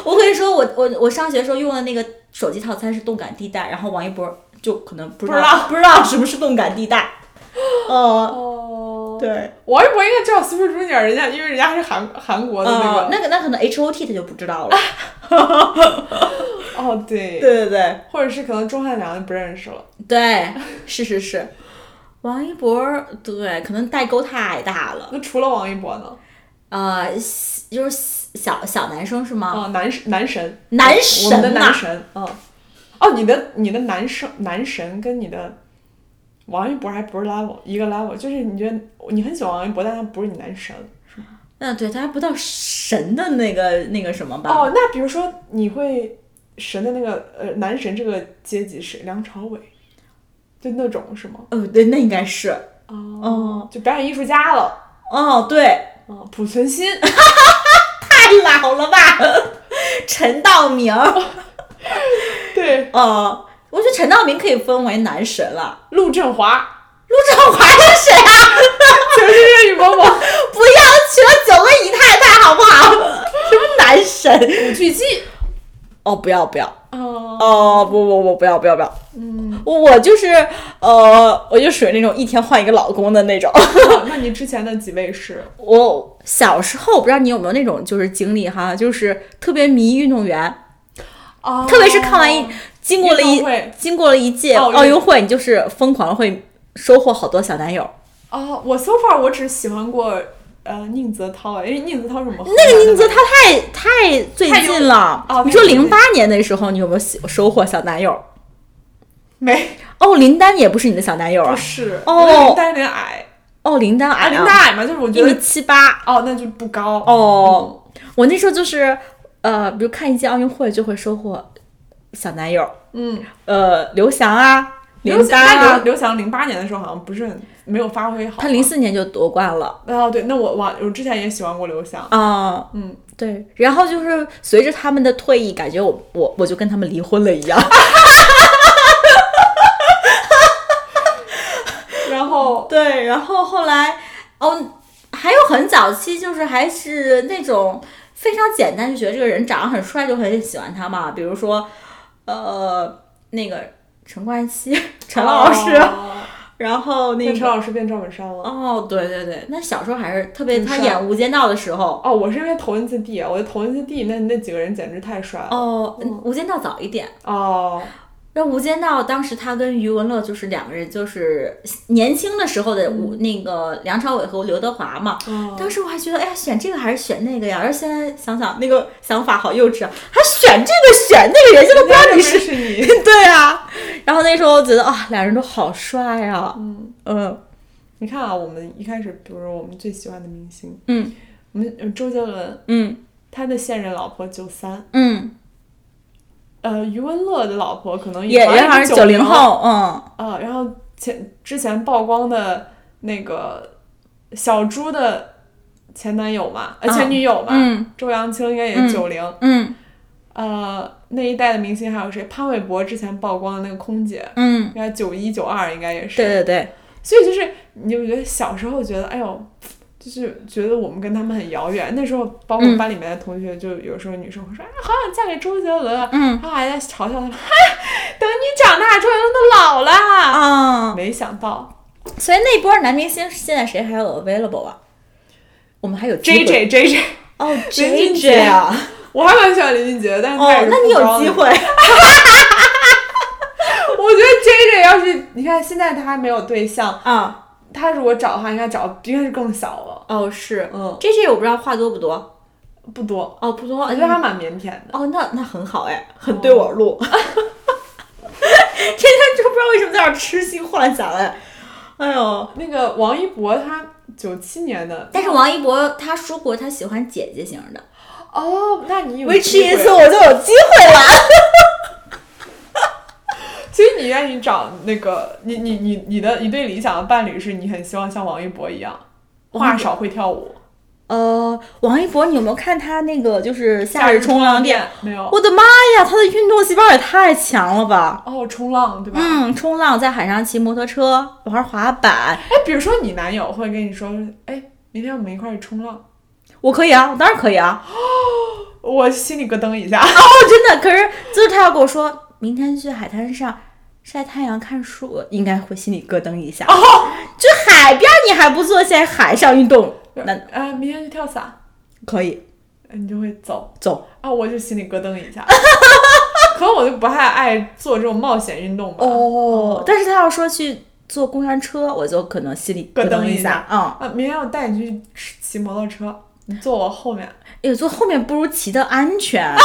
Speaker 1: 我跟你说，我我我上学时候用的那个手机套餐是动感地带，然后王一博就可能不知道不知道什么是动感地带。哦，
Speaker 2: 哦，
Speaker 1: 对，
Speaker 2: 王一博应该知道 Super Junior，人家因为人家是韩韩国的那个
Speaker 1: 哦，那个那可能 H O T 他就不知道了。
Speaker 2: 哦，对，
Speaker 1: 对对对。
Speaker 2: 或者是可能钟汉良就不认识了。
Speaker 1: 对，是是是，王一博儿对，可能代沟太大了。
Speaker 2: 那除了王一博呢？
Speaker 1: 呃，西就是西小小男生是吗？
Speaker 2: 啊，男神男神，
Speaker 1: 男
Speaker 2: 我们
Speaker 1: 神啊呐、
Speaker 2: 的男神，嗯，哦，你的你的男生男神跟你的王一博还不是 level 一个 level，就是你觉得你很喜欢王一博，但他不是你男神。
Speaker 1: 嗯，对，他还不到神的那个那个什么吧？
Speaker 2: 哦，那比如说你会神的那个呃男神这个阶级是梁朝伟，就那种是吗？
Speaker 1: 呃，对，那应该是
Speaker 2: 哦，就表演艺术家了。
Speaker 1: 哦，对，
Speaker 2: 嗯，濮存昕，
Speaker 1: 太老了吧？ 陈道明儿，
Speaker 2: 对，
Speaker 1: 哦，我觉得陈道明可以分为男神了。
Speaker 2: 陆振 华，
Speaker 1: 陆振华是谁啊？
Speaker 2: 全是粤语伯 伯。
Speaker 1: 不要娶了九个姨太太好不好？什么男神？
Speaker 2: 古巨基。
Speaker 1: 哦，不要不要。
Speaker 2: 哦，
Speaker 1: 哦，不不不，不要不要不要，
Speaker 2: 嗯，
Speaker 1: 我我就是呃，我就属于那种一天换一个老公的那种。
Speaker 2: 那你之前的几位是？
Speaker 1: 我小时候不知道你有没有那种就是经历哈，就是特别迷运动员，
Speaker 2: 哦
Speaker 1: 特别是看完一经过了
Speaker 2: 运
Speaker 1: 一
Speaker 2: 动会
Speaker 1: 经过了一届
Speaker 2: 奥运
Speaker 1: 奥运会，你就是疯狂会收获好多小男友。
Speaker 2: 哦，我 so far 我只喜欢过呃宁泽涛，因为宁泽涛是我们
Speaker 1: 那哎个宁泽
Speaker 2: 涛
Speaker 1: 他太太最
Speaker 2: 太有
Speaker 1: 近了，
Speaker 2: 哦
Speaker 1: 你说
Speaker 2: 太最近
Speaker 1: 零八年那时候你有没有喜收获小男友？
Speaker 2: 没
Speaker 1: 哦，林丹也不是你的小男友
Speaker 2: 不
Speaker 1: 啊？
Speaker 2: 是
Speaker 1: 哦
Speaker 2: 我觉得林丹有点矮，
Speaker 1: 哦，林丹
Speaker 2: 啊
Speaker 1: 矮
Speaker 2: 林丹
Speaker 1: 啊，
Speaker 2: 矮嘛，就是我
Speaker 1: 一
Speaker 2: 觉
Speaker 1: 米
Speaker 2: 得
Speaker 1: 七八。哦
Speaker 2: 哦那就不高
Speaker 1: 哦，我那时候就是呃，比如看一届奥运会就会收获小男友，
Speaker 2: 嗯，
Speaker 1: 呃，刘翔啊，
Speaker 2: 刘
Speaker 1: 零八
Speaker 2: 翔那
Speaker 1: 啊，
Speaker 2: 刘刘翔零八年的时候好像不是很没有发挥好，啊
Speaker 1: 他零四年就夺冠了。
Speaker 2: 哦对，那我我我之前也喜欢过刘翔，
Speaker 1: 啊，
Speaker 2: 嗯，
Speaker 1: 对，然后就是随着他们的退役，感觉我我我就跟他们离婚了一样。
Speaker 2: 然后
Speaker 1: 对，然后后来哦，还有很早期，就是还是那种非常简单，就觉得这个人长得很帅，就很喜欢他嘛。比如说，呃，那个陈冠希、 陈老师，啊
Speaker 2: 哦
Speaker 1: 然后那
Speaker 2: 变
Speaker 1: 个
Speaker 2: 陈老师变赵本山了。
Speaker 1: 哦，对对对，那小时候还是特别
Speaker 2: 很
Speaker 1: 他
Speaker 2: 帅
Speaker 1: 演《无间道》的时候。
Speaker 2: 哦，我是因为头文字 D，我觉得头文字 D 那那几个人简直太帅了。
Speaker 1: 哦，嗯无间道》早一点。
Speaker 2: 哦，
Speaker 1: 那《无间道》当时他跟余文乐就是两个人，就是年轻的时候的
Speaker 2: 嗯
Speaker 1: 吴、那个梁朝伟和刘德华嘛。
Speaker 2: 哦
Speaker 1: 当时我还觉得，哎呀，选这个还是选那个呀？而现在想想，那个想法好幼稚啊，还选这个选那个，人家都不知道你是。
Speaker 2: 是你。
Speaker 1: 对啊，然后那时候觉得啊，俩人都好帅啊，
Speaker 2: 嗯
Speaker 1: 嗯
Speaker 2: 你看啊，我们一开始，比如说我们最喜欢的明星，
Speaker 1: 嗯，
Speaker 2: 我们呃周杰伦，
Speaker 1: 嗯
Speaker 2: 他的现任老婆九三，
Speaker 1: 嗯，
Speaker 2: 呃，余文乐的老婆可能
Speaker 1: 也也好像是
Speaker 2: 是
Speaker 1: 九零
Speaker 2: 零
Speaker 1: 后，嗯
Speaker 2: 啊。然后前之前曝光的那个小猪的前男友嘛，呃，
Speaker 1: 啊
Speaker 2: 前女友嘛，
Speaker 1: 嗯
Speaker 2: 周扬青应该也
Speaker 1: 嗯
Speaker 2: 是九零、
Speaker 1: 嗯
Speaker 2: 呃，那一代的明星还有谁？潘玮柏之前曝光的那个空姐，
Speaker 1: 嗯，
Speaker 2: 应该九一九二应该也是。
Speaker 1: 对对对，
Speaker 2: 所以就是你就觉得小时候觉得，哎呦，就是觉得我们跟他们很遥远。那时候包括
Speaker 1: 嗯
Speaker 2: 班里面的同学，就有时候女生会说，哎，好想嫁给周杰伦啊，
Speaker 1: 嗯
Speaker 2: 他还在嘲笑他们，哈，等你长大，周杰伦都老了。
Speaker 1: 啊，
Speaker 2: 没想到
Speaker 1: 所以那波男明星现在谁还有 available 啊？我们还有机会
Speaker 2: J J J J，
Speaker 1: 哦
Speaker 2: 林俊
Speaker 1: ，J
Speaker 2: 杰
Speaker 1: J 啊，
Speaker 2: 我还蛮喜欢林俊杰，但是他也
Speaker 1: 哦
Speaker 2: 是，
Speaker 1: 那你
Speaker 2: 不高
Speaker 1: 有
Speaker 2: 的
Speaker 1: 机。会，
Speaker 2: 我觉得 J J 要是你看现在他还没有对象，
Speaker 1: 啊，
Speaker 2: 他如果找的话，应该找应该是更小了。
Speaker 1: 哦是
Speaker 2: 嗯，
Speaker 1: ，J J 我不知道话多不多，
Speaker 2: 不多，
Speaker 1: 哦不多，
Speaker 2: 我觉得还蛮腼腆的。
Speaker 1: 哦，那那很好哎，很对我 路。天天就不知道为什么在那儿痴心幻想哎，哎呦！
Speaker 2: 那个王一博他九七年的，
Speaker 1: 但是王一博他说过他喜欢姐姐型的
Speaker 2: 哦，那你有
Speaker 1: 维持
Speaker 2: 机
Speaker 1: 一
Speaker 2: 会
Speaker 1: 次，我就有机会了。
Speaker 2: 所以你愿意找那个你你你你的你对理想的伴侣是你很希望像王一博一样，
Speaker 1: 王一
Speaker 2: 话
Speaker 1: 博
Speaker 2: 少会跳舞，
Speaker 1: 呃，王一博，你有没有看他那个就是夏
Speaker 2: 日
Speaker 1: 日冲浪店？
Speaker 2: 没有？
Speaker 1: 我的妈呀，他的运动细胞也太强了吧！
Speaker 2: 哦，冲浪对吧？
Speaker 1: 嗯，冲浪，在海上骑摩托车，玩滑板，
Speaker 2: 哎，比如说你男友会跟你说，哎，明天我们一块儿去冲浪，
Speaker 1: 我可以啊，我当然可以啊。
Speaker 2: 我心里咯噔一下。
Speaker 1: 哦， 真的，可是就是他要跟我说明天去海滩上晒太阳看书，我应该会心里咯噔一下。哦，就海边你还不做些海上运动，那
Speaker 2: 呃，明天去跳伞，
Speaker 1: 可以
Speaker 2: 你就会走
Speaker 1: 走。
Speaker 2: 啊，我就心里咯噔一下。 可能我就不太爱做这种冒险运动吧。
Speaker 1: 哦，但是他要说去坐公交车，我就可能心里
Speaker 2: 咯
Speaker 1: 咯
Speaker 2: 噔
Speaker 1: 噔
Speaker 2: 一
Speaker 1: 一
Speaker 2: 下
Speaker 1: 下。嗯，
Speaker 2: 啊，明天我带你去骑骑摩托车，你坐我后面。
Speaker 1: 哎呦，坐后面不如骑的安全。对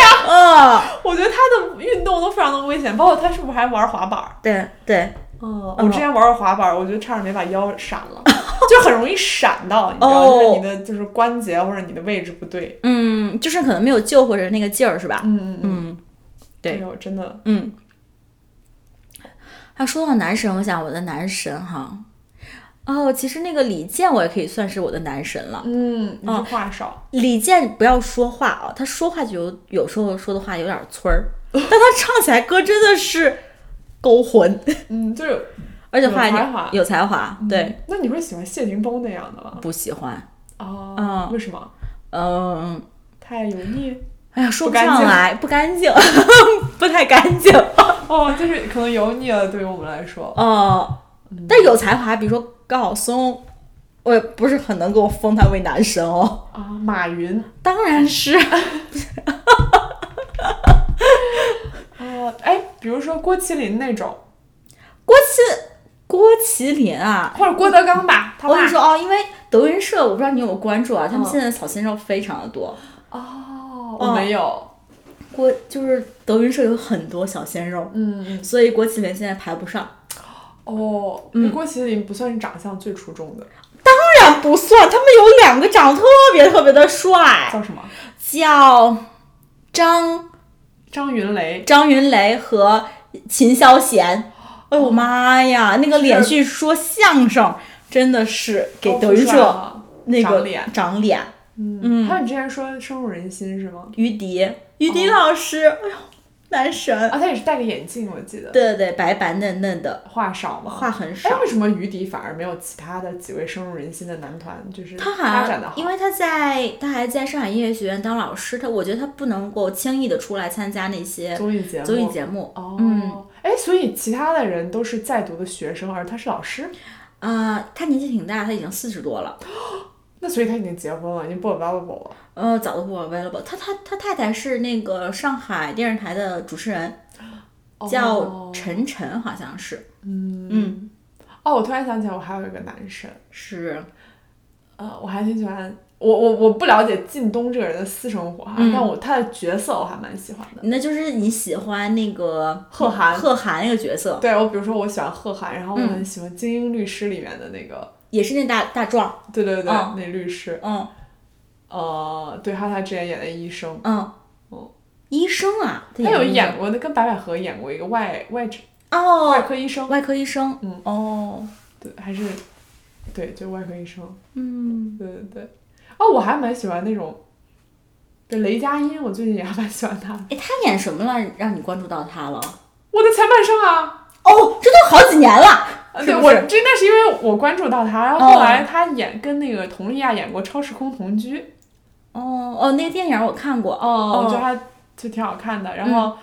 Speaker 1: 呀、嗯，
Speaker 2: 我觉得他的运动都非常的危险，包括他是不是还玩滑板儿？
Speaker 1: 对对。
Speaker 2: 嗯，我
Speaker 1: 嗯
Speaker 2: 之前玩过滑板儿，我觉得差点没把腰闪了， 就很容易闪到，你知道，就是
Speaker 1: 哦
Speaker 2: 你的就是关节或者你的位置不对。
Speaker 1: 嗯，就是可能没有救或者那个劲儿是吧？
Speaker 2: 嗯嗯嗯，
Speaker 1: 嗯，对
Speaker 2: 哎呦，真的，
Speaker 1: 嗯，啊，说到男神，我想我的男神哈，哦，其实那个李健我也可以算是我的男神了。
Speaker 2: 嗯，你是话少，
Speaker 1: 李健不要说话啊，他说话就有有时候说的话有点村儿， 但他唱起来歌真的是勾魂，
Speaker 2: 嗯，就是
Speaker 1: 而且话
Speaker 2: 有才华
Speaker 1: 有才华，对，。
Speaker 2: 嗯那你会喜欢谢霆锋那样的吗？
Speaker 1: 不喜欢，
Speaker 2: 哦，
Speaker 1: 嗯
Speaker 2: 为什么？
Speaker 1: 嗯，
Speaker 2: 太油腻？
Speaker 1: 哎呀，说
Speaker 2: 不
Speaker 1: 不
Speaker 2: 干
Speaker 1: 上
Speaker 2: 净
Speaker 1: 来，不干净， 不太干净，
Speaker 2: 哦，就是可能油腻了，对于我们来说，
Speaker 1: 哦，
Speaker 2: 嗯
Speaker 1: 但有才华，比如说高晓松，我也不是很能够封他为男神哦。
Speaker 2: 啊，马云，
Speaker 1: 当然是，
Speaker 2: 啊，哎，比如说郭麒麟那种，
Speaker 1: 郭麒郭麒麟啊。
Speaker 2: 或者郭德纲吧，他
Speaker 1: 我跟
Speaker 2: 爸
Speaker 1: 你。说哦，因为德云社，我不知道你有没有关注啊，他们
Speaker 2: 嗯
Speaker 1: 现在的小鲜肉非常的多。
Speaker 2: 哦，我没有，
Speaker 1: 郭就是德云社有很多小鲜肉，
Speaker 2: 嗯。
Speaker 1: 所以郭麒麟现在排不上。
Speaker 2: 哦，
Speaker 1: 嗯
Speaker 2: 郭麒麟不算是长相最出众的，
Speaker 1: 当然不算，他们有两个哎长得特别特别的帅，
Speaker 2: 叫什么？
Speaker 1: 叫张
Speaker 2: 张云雷，
Speaker 1: 张云雷和秦霄贤。哎呦妈呀，那个连续说相声真的是给德云社那
Speaker 2: 长
Speaker 1: 个
Speaker 2: 脸
Speaker 1: 哦长脸。
Speaker 2: 嗯，还有你之前说深入人心是吗？
Speaker 1: 于迪，于迪老师，
Speaker 2: 哦
Speaker 1: 哎呦，男神。
Speaker 2: 啊，他也是戴个眼镜，我记得。
Speaker 1: 对对对，白白嫩嫩的，
Speaker 2: 话少吗？
Speaker 1: 话很少
Speaker 2: 哎，。为什么于迪反而没有其他的几位深入人心的男团，就是
Speaker 1: 他
Speaker 2: 发
Speaker 1: 好
Speaker 2: 展的
Speaker 1: 像，
Speaker 2: 好？
Speaker 1: 因为他在他还在上海音乐学院当老师，他我觉得他不能够轻易的出来参加那些
Speaker 2: 综艺节目，
Speaker 1: 综艺节目嗯
Speaker 2: 哦，哎，所以其他的人都是在读的学生，而他是老师，
Speaker 1: 啊、他年纪挺大，他已经四十多了，
Speaker 2: 那所以他已经结婚了，已经不 available 了。
Speaker 1: 呃，早都不 available。他他他太太是那个上海电视台的主持人，叫
Speaker 2: 哦
Speaker 1: 陈晨，好像是
Speaker 2: 嗯
Speaker 1: 嗯
Speaker 2: 哦，我突然想起来，我还有一个男生，
Speaker 1: 是
Speaker 2: 呃，我还挺喜欢。我我我不了解靳东这个人的私生活哈，
Speaker 1: 嗯
Speaker 2: 但我他的角色我还蛮喜欢的。
Speaker 1: 那就是你喜欢那个
Speaker 2: 贺涵
Speaker 1: 贺涵那个角色，
Speaker 2: 对我，比如说我喜欢贺涵，然后我
Speaker 1: 嗯
Speaker 2: 很喜欢《精英律师》里面的那个，
Speaker 1: 也是那大大壮，
Speaker 2: 对对对，
Speaker 1: 嗯
Speaker 2: 那律师，
Speaker 1: 嗯
Speaker 2: 呃，对，还有他之前演的医生，
Speaker 1: 嗯
Speaker 2: 哦
Speaker 1: 医生啊，他
Speaker 2: 他有
Speaker 1: 的那
Speaker 2: 演过那跟白百合演过一个外外诊
Speaker 1: 个哦
Speaker 2: 外，科医生，
Speaker 1: 外科医生，
Speaker 2: 嗯
Speaker 1: 哦，
Speaker 2: 对，还是对，就外科医生，
Speaker 1: 嗯，
Speaker 2: 对对对。哦，我还蛮喜欢那种，对雷佳音，我最近也还蛮喜欢他的。
Speaker 1: 哎，他演什么了，让你关注到他了？
Speaker 2: 我的前半生啊，
Speaker 1: 哦，这都好几年了，
Speaker 2: 呃
Speaker 1: 是
Speaker 2: 对
Speaker 1: 不
Speaker 2: 我
Speaker 1: 是
Speaker 2: 真的是因为我关注到他，然后
Speaker 1: 哦
Speaker 2: 后来他演、跟那个佟丽娅演过《超时空同居》，呃
Speaker 1: 哦哦，那个电影我看过，哦，
Speaker 2: 我觉得他就挺好看的。然后，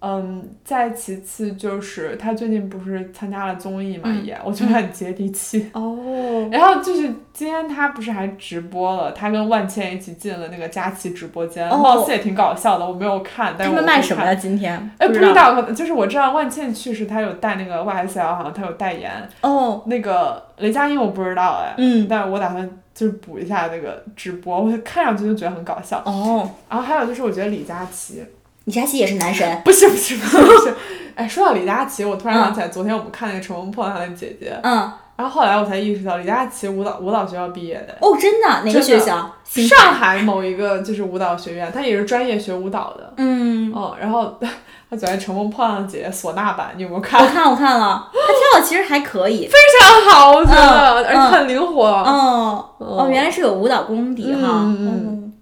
Speaker 2: 嗯再其次就是他最近不是参加了综艺嘛，
Speaker 1: 嗯
Speaker 2: 也我觉得很接地气。
Speaker 1: 哦，
Speaker 2: 然后就是今天他不是还直播了，他跟万茜一起进了那个佳琦直播间，
Speaker 1: 哦
Speaker 2: 貌似也挺搞笑的，我没有看，但
Speaker 1: 他
Speaker 2: 是我
Speaker 1: 们
Speaker 2: 会
Speaker 1: 卖什么
Speaker 2: 看
Speaker 1: 呀？今天？
Speaker 2: 哎，不知，道，可能就是我知道万茜去世，她有带那个 YSL，好像她有代言。
Speaker 1: 哦，
Speaker 2: 那个雷佳音我不知道哎，
Speaker 1: 嗯，
Speaker 2: 但是我打算就是补一下那个直播，我看上去就觉得很搞笑。
Speaker 1: 哦，
Speaker 2: 然后还有就是我觉得李佳琦，
Speaker 1: 李佳琦也是男神，
Speaker 2: 不是不是不是不是，哎，说到李佳琦，我突然想起来，昨天我们看那个《乘风破浪的姐姐》，
Speaker 1: 嗯，
Speaker 2: 然后后来我才意识到李佳琦舞蹈舞蹈学校毕业的，
Speaker 1: 哦，真的，哪
Speaker 2: 真的
Speaker 1: 个学校？新
Speaker 2: 上海某一个就是舞蹈学院，他也是专业学舞蹈的。
Speaker 1: 嗯，
Speaker 2: 嗯，然后 他昨天《乘风破浪的姐姐》唢呐版，你有没有看
Speaker 1: 我？看我看了，他跳的其实还可以，
Speaker 2: 哦非常好，我觉得，
Speaker 1: 嗯
Speaker 2: 而且很灵活。
Speaker 1: 哦哦，
Speaker 2: 嗯
Speaker 1: 原来是有舞蹈功底哈，
Speaker 2: 嗯嗯
Speaker 1: 嗯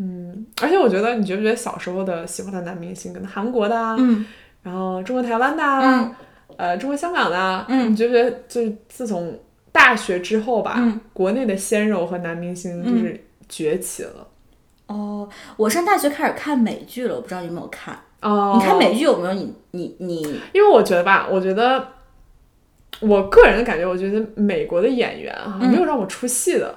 Speaker 2: 嗯，而且我觉得，你觉不觉得小时候的喜欢的男明星，可能韩国的啊，
Speaker 1: 嗯
Speaker 2: 然后中国台湾的啊，
Speaker 1: 嗯
Speaker 2: 呃，中国香港的啊，
Speaker 1: 嗯
Speaker 2: 你觉不觉得，就是自从大学之后吧，
Speaker 1: 嗯
Speaker 2: 国内的鲜肉和男明星就是崛起了。
Speaker 1: 哦，我上大学开始看美剧了，我不知道你有没有看。
Speaker 2: 哦、
Speaker 1: 嗯你看美剧有没有你你你
Speaker 2: 因为我觉得吧，我觉得我个人的感觉，我觉得美国的演员啊，
Speaker 1: 嗯
Speaker 2: 没有让我出戏的，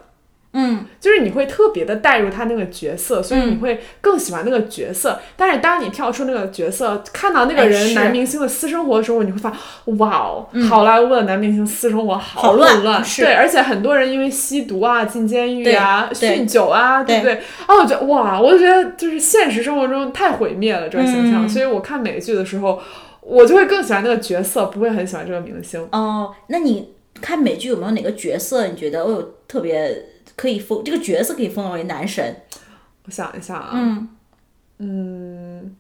Speaker 1: 嗯
Speaker 2: 就是你会特别的带入他那个角色，所以
Speaker 1: 嗯
Speaker 2: 你会更喜欢那个角色。但是当你跳出那个角色，看到那个
Speaker 1: 哎
Speaker 2: 人、
Speaker 1: 是嗯
Speaker 2: 男明星的私生活的时候，你会发现，哇哦，好莱坞的男明星私生活
Speaker 1: 好
Speaker 2: 混
Speaker 1: 乱
Speaker 2: 乱，
Speaker 1: 是
Speaker 2: 对，而且很多人因为吸毒啊、进监狱啊、
Speaker 1: 对对
Speaker 2: 酗酒啊，对不对？啊，我觉得哇，我就觉得就是现实生活中太毁灭了这个形象，
Speaker 1: 嗯
Speaker 2: 所以我看美剧的时候。我就会更喜欢那个角色，不会很喜欢这个明星。
Speaker 1: 哦，那你看美剧有没有哪个角色你觉得哦呦特别可以封这个角色可以封为男神？
Speaker 2: 我想一下啊，
Speaker 1: 嗯
Speaker 2: 嗯，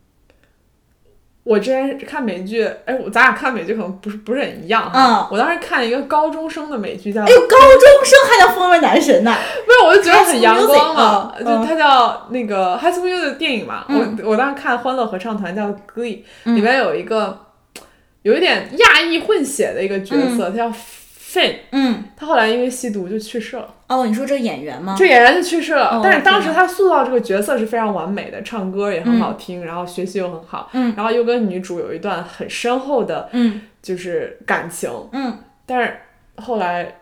Speaker 2: 我之前看美剧，哎，我咱俩看美剧可能不是不是很一样哈。我当时看一个高中生的美剧叫，
Speaker 1: 嗯哎呦，高中生还能封为男神呢？
Speaker 2: 没有，我就觉得很阳光嘛
Speaker 1: High，School Music，嗯
Speaker 2: 就它叫那个《High School Music》的电影嘛。
Speaker 1: 嗯
Speaker 2: 我我当时看《欢乐合唱团》叫《Glee》，
Speaker 1: 嗯
Speaker 2: 里面有一个有一点亚裔混血的一个角色，他叫 Finn，
Speaker 1: 嗯，
Speaker 2: 他后来因为吸毒就去世了。
Speaker 1: 哦，你说这个演员吗？
Speaker 2: 这演员就去世了
Speaker 1: 哦，
Speaker 2: 但是当时
Speaker 1: 天
Speaker 2: 他塑造这个角色是非常完美的，唱歌也很好听，然后学习又很好，
Speaker 1: 嗯
Speaker 2: 然后又跟女主有一段很深厚的，
Speaker 1: 嗯
Speaker 2: 就是感情。
Speaker 1: 嗯，
Speaker 2: 但是后来，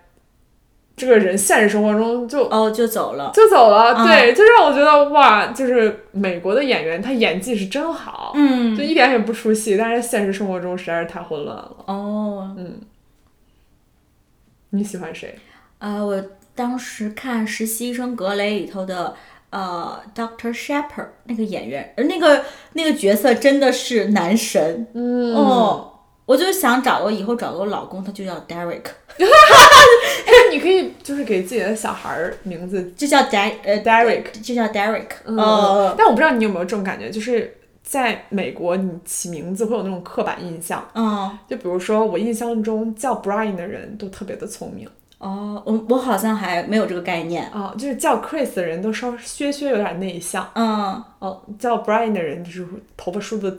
Speaker 2: 这个人现实生活中就
Speaker 1: 哦，就走了。
Speaker 2: 就走了，
Speaker 1: 嗯
Speaker 2: 对，就让我觉得哇，就是美国的演员他演技是真好，
Speaker 1: 嗯
Speaker 2: 就一点也不出戏，但是现实生活中实在是太混乱了。
Speaker 1: 哦，
Speaker 2: 你喜欢谁？
Speaker 1: 呃，我当时看《实习医生格雷》里头的。呃，Doctor Shepard 那个演员，呃那个那个角色真的是男神，
Speaker 2: 嗯
Speaker 1: 哦，我就想找个以后找个老公，他就叫 Derek，
Speaker 2: 哎，你可以就是给自己的小孩儿名字
Speaker 1: 就叫 Der 呃
Speaker 2: Derek。
Speaker 1: 就叫 Derek。
Speaker 2: 嗯，
Speaker 1: 哦，
Speaker 2: 但我不知道你有没有这种感觉，就是在美国，你起名字会有那种刻板印象，
Speaker 1: 嗯，
Speaker 2: 就比如说我印象中叫 Brian 的人都特别的聪明
Speaker 1: 哦，我我好像还没有这个概念，
Speaker 2: 啊，就是叫 Chris 的人都稍稍稍有点内向，
Speaker 1: 嗯，
Speaker 2: 哦、叫 Brian 的人就是头发梳的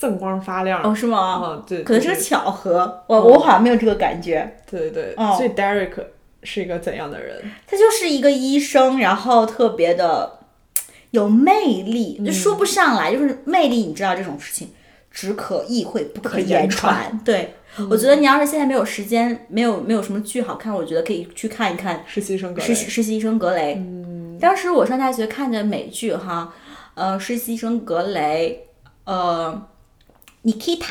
Speaker 2: 锃光发亮，
Speaker 1: 哦，是吗？
Speaker 2: 啊，对，嗯
Speaker 1: 可能
Speaker 2: 就是
Speaker 1: 个巧合，我我好像没有这个感觉。
Speaker 2: 对对对，
Speaker 1: 哦
Speaker 2: 所以 Derek 是一个怎样的人？
Speaker 1: 他就是一个医生，然后特别的有魅力，就说
Speaker 2: 嗯
Speaker 1: 不上来，就是魅力。你知道这种事情，只可意会不
Speaker 2: 可
Speaker 1: 可
Speaker 2: 言嗯
Speaker 1: 言传。对，我觉得你要是现在没有时间，没有没有什么剧好看，我觉得可以去看一看
Speaker 2: 实习生格
Speaker 1: 实
Speaker 2: 雷，嗯
Speaker 1: 习实习医生格雷。当时我上大学看的美剧哈，呃，实习医生格雷，呃，Nikita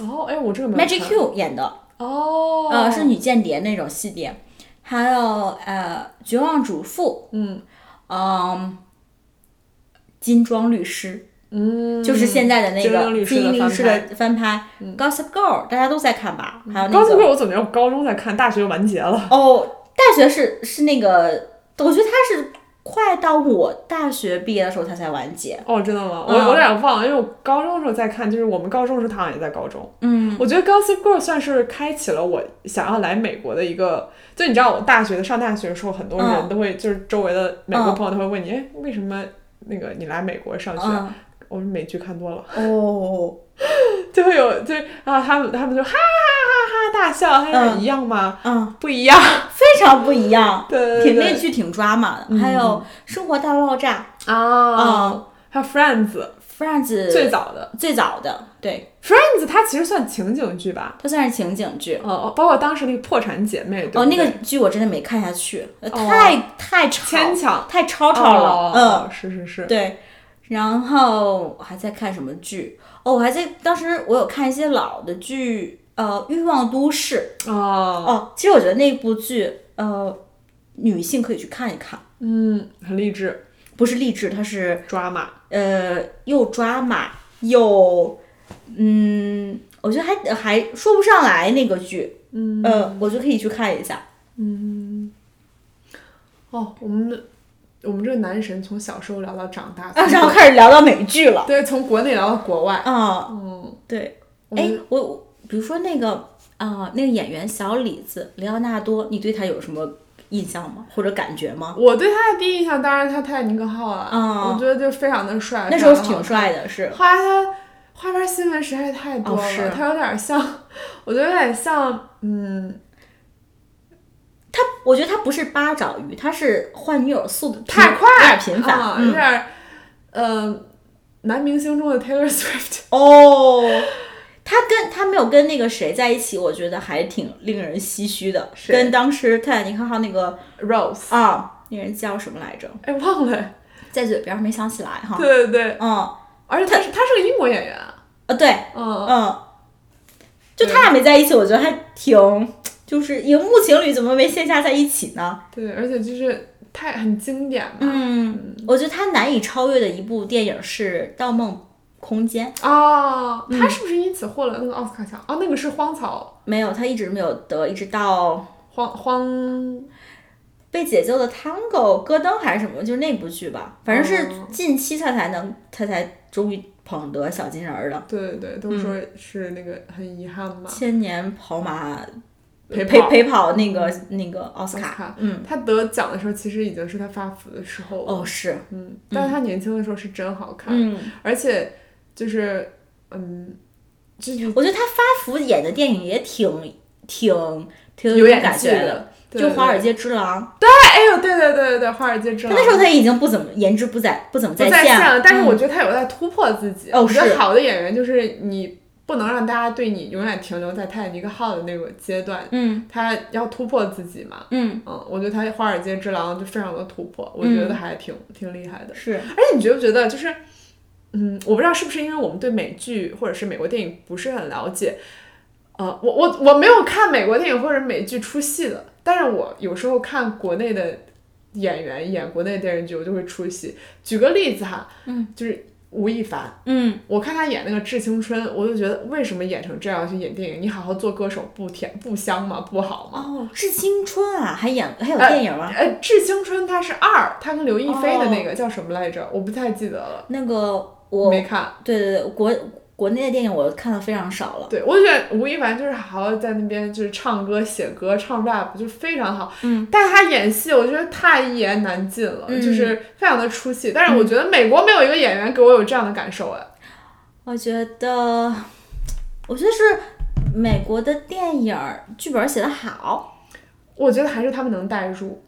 Speaker 2: 哦，哎，我这个没有
Speaker 1: Magic
Speaker 2: 看
Speaker 1: Q 演的，
Speaker 2: 哦，
Speaker 1: 呃，是女间谍那种系列，还有呃，《绝望主妇》，
Speaker 2: 嗯
Speaker 1: 嗯、金装律师，
Speaker 2: 嗯，
Speaker 1: 就是现在的那
Speaker 2: 金
Speaker 1: 个
Speaker 2: 装律师
Speaker 1: 金
Speaker 2: 的
Speaker 1: 律
Speaker 2: 翻
Speaker 1: 师
Speaker 2: 拍嗯
Speaker 1: 的翻拍，Gossip Girl》，大家都在看吧？还有那
Speaker 2: 高中
Speaker 1: 个
Speaker 2: 我怎么觉得我高中在看，大学就完结了？
Speaker 1: 哦，大学是是那个，我觉得他是快到我大学毕业的时候他才完结，
Speaker 2: 哦，真的吗？我
Speaker 1: 嗯
Speaker 2: 我有点忘了，因为我高中的时候在看，就是我们高中的时候，他好像也在高中。
Speaker 1: 嗯，
Speaker 2: 我觉得《Gossip Girl》算是开启了我想要来美国的一个，就你知道，我大学上大学的时候，很多人
Speaker 1: 嗯
Speaker 2: 都会，就是周围的美国
Speaker 1: 嗯
Speaker 2: 朋友都会问你，哎，为什么那个你来美国上学？
Speaker 1: 嗯，
Speaker 2: 我说美剧看多了，
Speaker 1: 哦，
Speaker 2: 就会有，就是啊，他们他们就哈哈哈哈大笑，他说
Speaker 1: 嗯
Speaker 2: 一样吗？
Speaker 1: 嗯，
Speaker 2: 不一样，
Speaker 1: 非常不一样。
Speaker 2: 对对
Speaker 1: 挺那
Speaker 2: 对嗯
Speaker 1: 剧挺抓马的，还有《生活大爆炸嗯
Speaker 2: 啊，还有 Friends》
Speaker 1: ，Friends
Speaker 2: 最早的
Speaker 1: 最早的，对，
Speaker 2: Friends，它其实算情景剧吧，
Speaker 1: 它算是情景剧。
Speaker 2: 哦，包括当时那个破产姐妹，对
Speaker 1: 哦，
Speaker 2: 不
Speaker 1: 那
Speaker 2: 对
Speaker 1: 个剧我真的没看下去，呃
Speaker 2: 哦
Speaker 1: 太太吵，
Speaker 2: 牵强，
Speaker 1: 太吵吵了。
Speaker 2: 哦，是是是
Speaker 1: 嗯，，对。然后我还在看什么剧？哦，我还在当时我有看一些老的剧，呃，《欲望都市》
Speaker 2: 哦，
Speaker 1: 哦。其实我觉得那部剧，呃，女性可以去看一看，
Speaker 2: 嗯，很励志，
Speaker 1: 不是励志，它是
Speaker 2: 抓马，
Speaker 1: 呃又抓马又嗯，我觉得还还说不上来那个剧，
Speaker 2: 嗯
Speaker 1: 呃，我就可以去看一下。
Speaker 2: 哦，我们的我们这个男神从小时候聊到长大，
Speaker 1: 啊，
Speaker 2: 从
Speaker 1: 然后
Speaker 2: 国
Speaker 1: 开始聊到美剧了。
Speaker 2: 对，从国内聊到国外，
Speaker 1: 啊，
Speaker 2: 嗯，
Speaker 1: 对，
Speaker 2: 我
Speaker 1: 哎
Speaker 2: 们，
Speaker 1: 我我比如说那个啊、那个演员小李子雷奥纳多，你对他有什么印象吗？或者感觉吗？
Speaker 2: 我对他的第一印象当然他泰坦尼克号了，
Speaker 1: 嗯
Speaker 2: 我觉得就非常的帅，
Speaker 1: 那时候
Speaker 2: 长得好
Speaker 1: 挺帅的，是
Speaker 2: 后来他花边新闻实在是太多了，
Speaker 1: 哦是
Speaker 2: 他有点像， 我觉得有点像，嗯，
Speaker 1: 他，我觉得他不是八爪鱼，他是换女友速度
Speaker 2: 太
Speaker 1: 频
Speaker 2: 快，
Speaker 1: 有点频繁。
Speaker 2: 啊有
Speaker 1: 嗯，
Speaker 2: 点儿，呃，男明星中的 Taylor Swift，
Speaker 1: 哦，他跟他没有跟那个谁在一起，我觉得还挺令人唏嘘的。
Speaker 2: 谁
Speaker 1: 跟当时泰坦尼克号那个
Speaker 2: Rose，
Speaker 1: 啊，那人叫什么来着？
Speaker 2: 哎，忘了，
Speaker 1: 在嘴边儿没想起来哈。
Speaker 2: 对对对，
Speaker 1: 嗯，
Speaker 2: 而且他是他是个英国演员，啊
Speaker 1: 呃，对，
Speaker 2: 嗯，
Speaker 1: 嗯，就
Speaker 2: 对
Speaker 1: 他俩没在一起，我觉得还挺，就是荧幕情侣怎么没线下在一起呢？
Speaker 2: 对，而且就是太很经典嘛，
Speaker 1: 嗯，我觉得他难以超越的一部电影是《盗梦空间》，
Speaker 2: 哦，
Speaker 1: 嗯
Speaker 2: 他是不是因此获了那个奥斯卡奖？哦，那个是荒草
Speaker 1: 没有，他一直没有得，一直到
Speaker 2: 荒荒
Speaker 1: 被解救的 Tango 戈登还是什么，就是那部剧吧，反正是
Speaker 2: 哦
Speaker 1: 近期他才能，他才终于捧得小金人儿了。
Speaker 2: 对对对，
Speaker 1: 嗯
Speaker 2: 都说是那个很遗憾嘛，
Speaker 1: 千年跑马
Speaker 2: 陪
Speaker 1: 陪
Speaker 2: 跑
Speaker 1: 陪跑那个那个奥斯
Speaker 2: 奥斯
Speaker 1: 卡，
Speaker 2: 卡
Speaker 1: 嗯，
Speaker 2: 他得奖的时候其实已经是他发福的时候了，
Speaker 1: 哦是，
Speaker 2: 嗯，但是他年轻的时候是真好看，
Speaker 1: 嗯，
Speaker 2: 而且就是嗯，就是
Speaker 1: 我觉得他发福演的电影也挺挺挺
Speaker 2: 有
Speaker 1: 点
Speaker 2: 演
Speaker 1: 感
Speaker 2: 技
Speaker 1: 觉的，
Speaker 2: 的，对
Speaker 1: 就《华尔街
Speaker 2: 街，
Speaker 1: 之狼》
Speaker 2: 哎呦，对对对对对，华尔街之
Speaker 1: 他
Speaker 2: 狼，
Speaker 1: 那时候他已经不怎么颜值不在不怎么
Speaker 2: 不在
Speaker 1: 线
Speaker 2: 了，但是我
Speaker 1: 嗯
Speaker 2: 觉得他有在突破自己。
Speaker 1: 哦
Speaker 2: 我觉得
Speaker 1: 是
Speaker 2: 好的演员就是你不能让大家对你永远停留在泰坦尼克号的那个阶段，
Speaker 1: 嗯
Speaker 2: 他要突破自己嘛。
Speaker 1: 嗯
Speaker 2: 嗯，我觉得他《华尔街之狼》就非常的突破，我觉得还挺、挺厉害
Speaker 1: 嗯
Speaker 2: 的。
Speaker 1: 是
Speaker 2: 而且你觉不觉得就是，嗯，我不知道是不是因为我们对美剧或者是美国电影不是很了解，呃，我我我没有看美国电影或者美剧出戏的，但是我有时候看国内的演员演国内电视剧，我就会出戏。举个例子哈，
Speaker 1: 嗯，
Speaker 2: 就是吴亦凡，
Speaker 1: 嗯
Speaker 2: 我看他演那个《致青春》，我就觉得为什么演成这样去演电影？你好好做歌手不甜不香吗？不好吗？
Speaker 1: 哦是青春啊，还演还有
Speaker 2: 呃
Speaker 1: 电影吗？
Speaker 2: 呃，《致青春》它是二，他跟刘亦菲的那个叫什么来着？我不太记得了。
Speaker 1: 那个我
Speaker 2: 没看。
Speaker 1: 对对对，国国内的电影我看的非常少了。
Speaker 2: 对，我觉得吴亦凡就是好好在那边就是唱歌、写歌、唱 rap，就是非常好。
Speaker 1: 嗯，
Speaker 2: 但是他演戏，我觉得太一言难尽了，
Speaker 1: 嗯
Speaker 2: 就是非常的出戏。但是我觉得美国没有一个演员给我有这样的感受，哎，
Speaker 1: 我觉得，我觉得是美国的电影儿剧本儿写的好
Speaker 2: 我觉得还是他们能代入。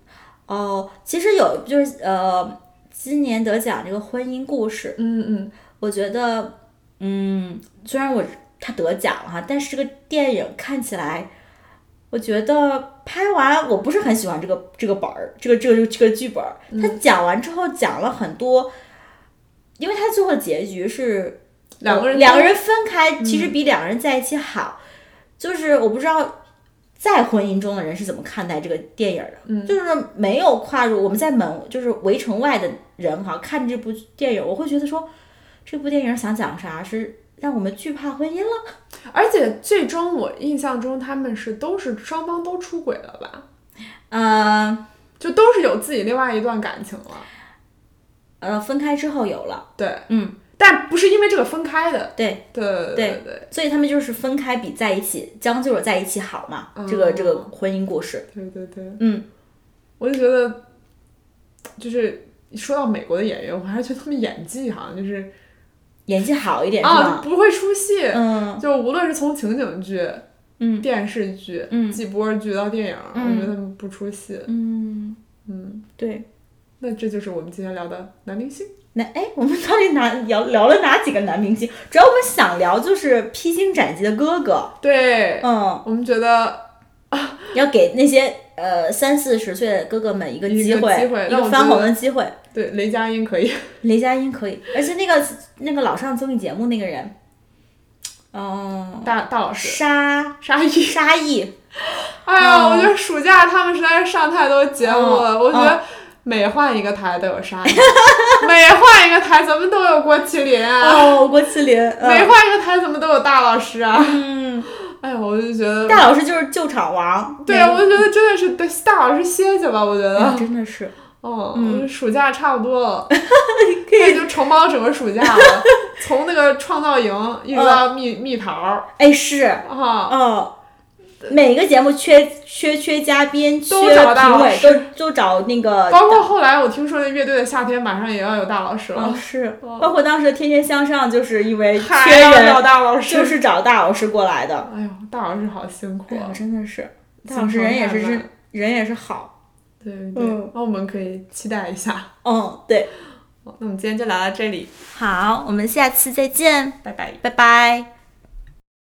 Speaker 1: 哦。其实有就是呃，今年得奖这个婚姻故事，
Speaker 2: 嗯嗯，
Speaker 1: 我觉得，嗯，虽然我他得奖了哈，但是这个电影看起来，我觉得拍完我不是很喜欢这个这个本儿，这个这个这个剧本儿。他讲完之后讲了很多，因为他最后的结局是
Speaker 2: 两个人嗯
Speaker 1: 两个人分开，其实比两个人在一起好。就是我不知道。在婚姻中的人是怎么看待这个电影的？
Speaker 2: 嗯
Speaker 1: 就是没有跨入我们在门，就是围城外的人哈，看这部电影，我会觉得说，这部电影想讲啥？是让我们惧怕婚姻了？
Speaker 2: 而且最终我印象中他们是都是双方都出轨了吧？
Speaker 1: 呃
Speaker 2: 就都是有自己另外一段感情了。
Speaker 1: 呃，分开之后有了，
Speaker 2: 对，
Speaker 1: 嗯，
Speaker 2: 但不是因为这个分开的。
Speaker 1: 对，
Speaker 2: 对对
Speaker 1: 对
Speaker 2: 对
Speaker 1: 所以他们就是分开比在一起，将就着在一起好嘛。
Speaker 2: 嗯
Speaker 1: 这个这个婚姻故事，
Speaker 2: 对对对，
Speaker 1: 嗯，
Speaker 2: 我就觉得，就是说到美国的演员，我还是觉得他们演技好像就是
Speaker 1: 演技好一点是
Speaker 2: 啊，
Speaker 1: 吧？
Speaker 2: 就不会出戏。
Speaker 1: 嗯
Speaker 2: 就无论是从情景剧、
Speaker 1: 嗯
Speaker 2: 电视剧、
Speaker 1: 嗯
Speaker 2: 季播剧到电影，
Speaker 1: 嗯
Speaker 2: 我觉得他们不出戏。
Speaker 1: 嗯，
Speaker 2: 嗯，
Speaker 1: 对。
Speaker 2: 那这就是我们今天聊的男明星。
Speaker 1: 那哎，我们到底哪聊聊了哪几个男明星？主要我们想聊就是披荆斩棘的哥哥，
Speaker 2: 对，
Speaker 1: 嗯，
Speaker 2: 我们觉得
Speaker 1: 要给那些呃三四十岁的哥哥们一个
Speaker 2: 一个
Speaker 1: 机
Speaker 2: 机会
Speaker 1: 一
Speaker 2: 让
Speaker 1: 个
Speaker 2: 我
Speaker 1: 翻
Speaker 2: 觉
Speaker 1: 红
Speaker 2: 得
Speaker 1: 的机会。
Speaker 2: 对雷佳音可以。
Speaker 1: 雷佳音可以，而且那个那个老上综艺节目那个人，嗯，
Speaker 2: 大大老师
Speaker 1: 沙
Speaker 2: 沙溢，
Speaker 1: 沙溢，
Speaker 2: 哎呀，
Speaker 1: 嗯
Speaker 2: 我觉得暑假他们实在是上太多节目了，
Speaker 1: 嗯
Speaker 2: 我觉得每换一个台都有沙溢， 每换一个台咱们都有郭麒麟啊，
Speaker 1: 哦，郭麒麟，
Speaker 2: 每
Speaker 1: 嗯
Speaker 2: 换一个台怎么都有大老师啊。
Speaker 1: 嗯，
Speaker 2: 哎呀，我就觉得，
Speaker 1: 大老师就是救场王，
Speaker 2: 对，啊我就觉得真的是对大老师歇歇吧，我觉
Speaker 1: 嗯，
Speaker 2: 得，
Speaker 1: 真的是
Speaker 2: 哦，
Speaker 1: 嗯
Speaker 2: 我觉得暑假差不多了，
Speaker 1: 可
Speaker 2: 也
Speaker 1: 以，
Speaker 2: 就承包整个暑假了，从那个创造营一直到蜜蜜桃儿
Speaker 1: 哎是，
Speaker 2: 啊，
Speaker 1: 哦。每个节目缺缺缺嘉宾，缺
Speaker 2: 都找大
Speaker 1: 评
Speaker 2: 老
Speaker 1: 委，
Speaker 2: 师
Speaker 1: 都都找那个
Speaker 2: 包括后来我听说那乐队的夏天马上也要有大老师
Speaker 1: 老
Speaker 2: 了，
Speaker 1: 师，
Speaker 2: 哦
Speaker 1: 包括当时的《天天向上》就是因为
Speaker 2: 还
Speaker 1: 缺
Speaker 2: 要找
Speaker 1: 人，
Speaker 2: 大老师，
Speaker 1: 就是找大老师过来的。
Speaker 2: 哎呦，大老师好辛苦
Speaker 1: 哎呀
Speaker 2: 啊！
Speaker 1: 真的是，大
Speaker 2: 辛
Speaker 1: 老师
Speaker 2: 苦
Speaker 1: 人也是
Speaker 2: 太
Speaker 1: 真
Speaker 2: 慢，
Speaker 1: 人也是好，
Speaker 2: 对对对
Speaker 1: 嗯，
Speaker 2: 那我们可以期待一下。
Speaker 1: 嗯，对。
Speaker 2: 好那我们今天就聊到这里，
Speaker 1: 好，我们下次再见，
Speaker 2: 拜拜。
Speaker 1: 拜拜。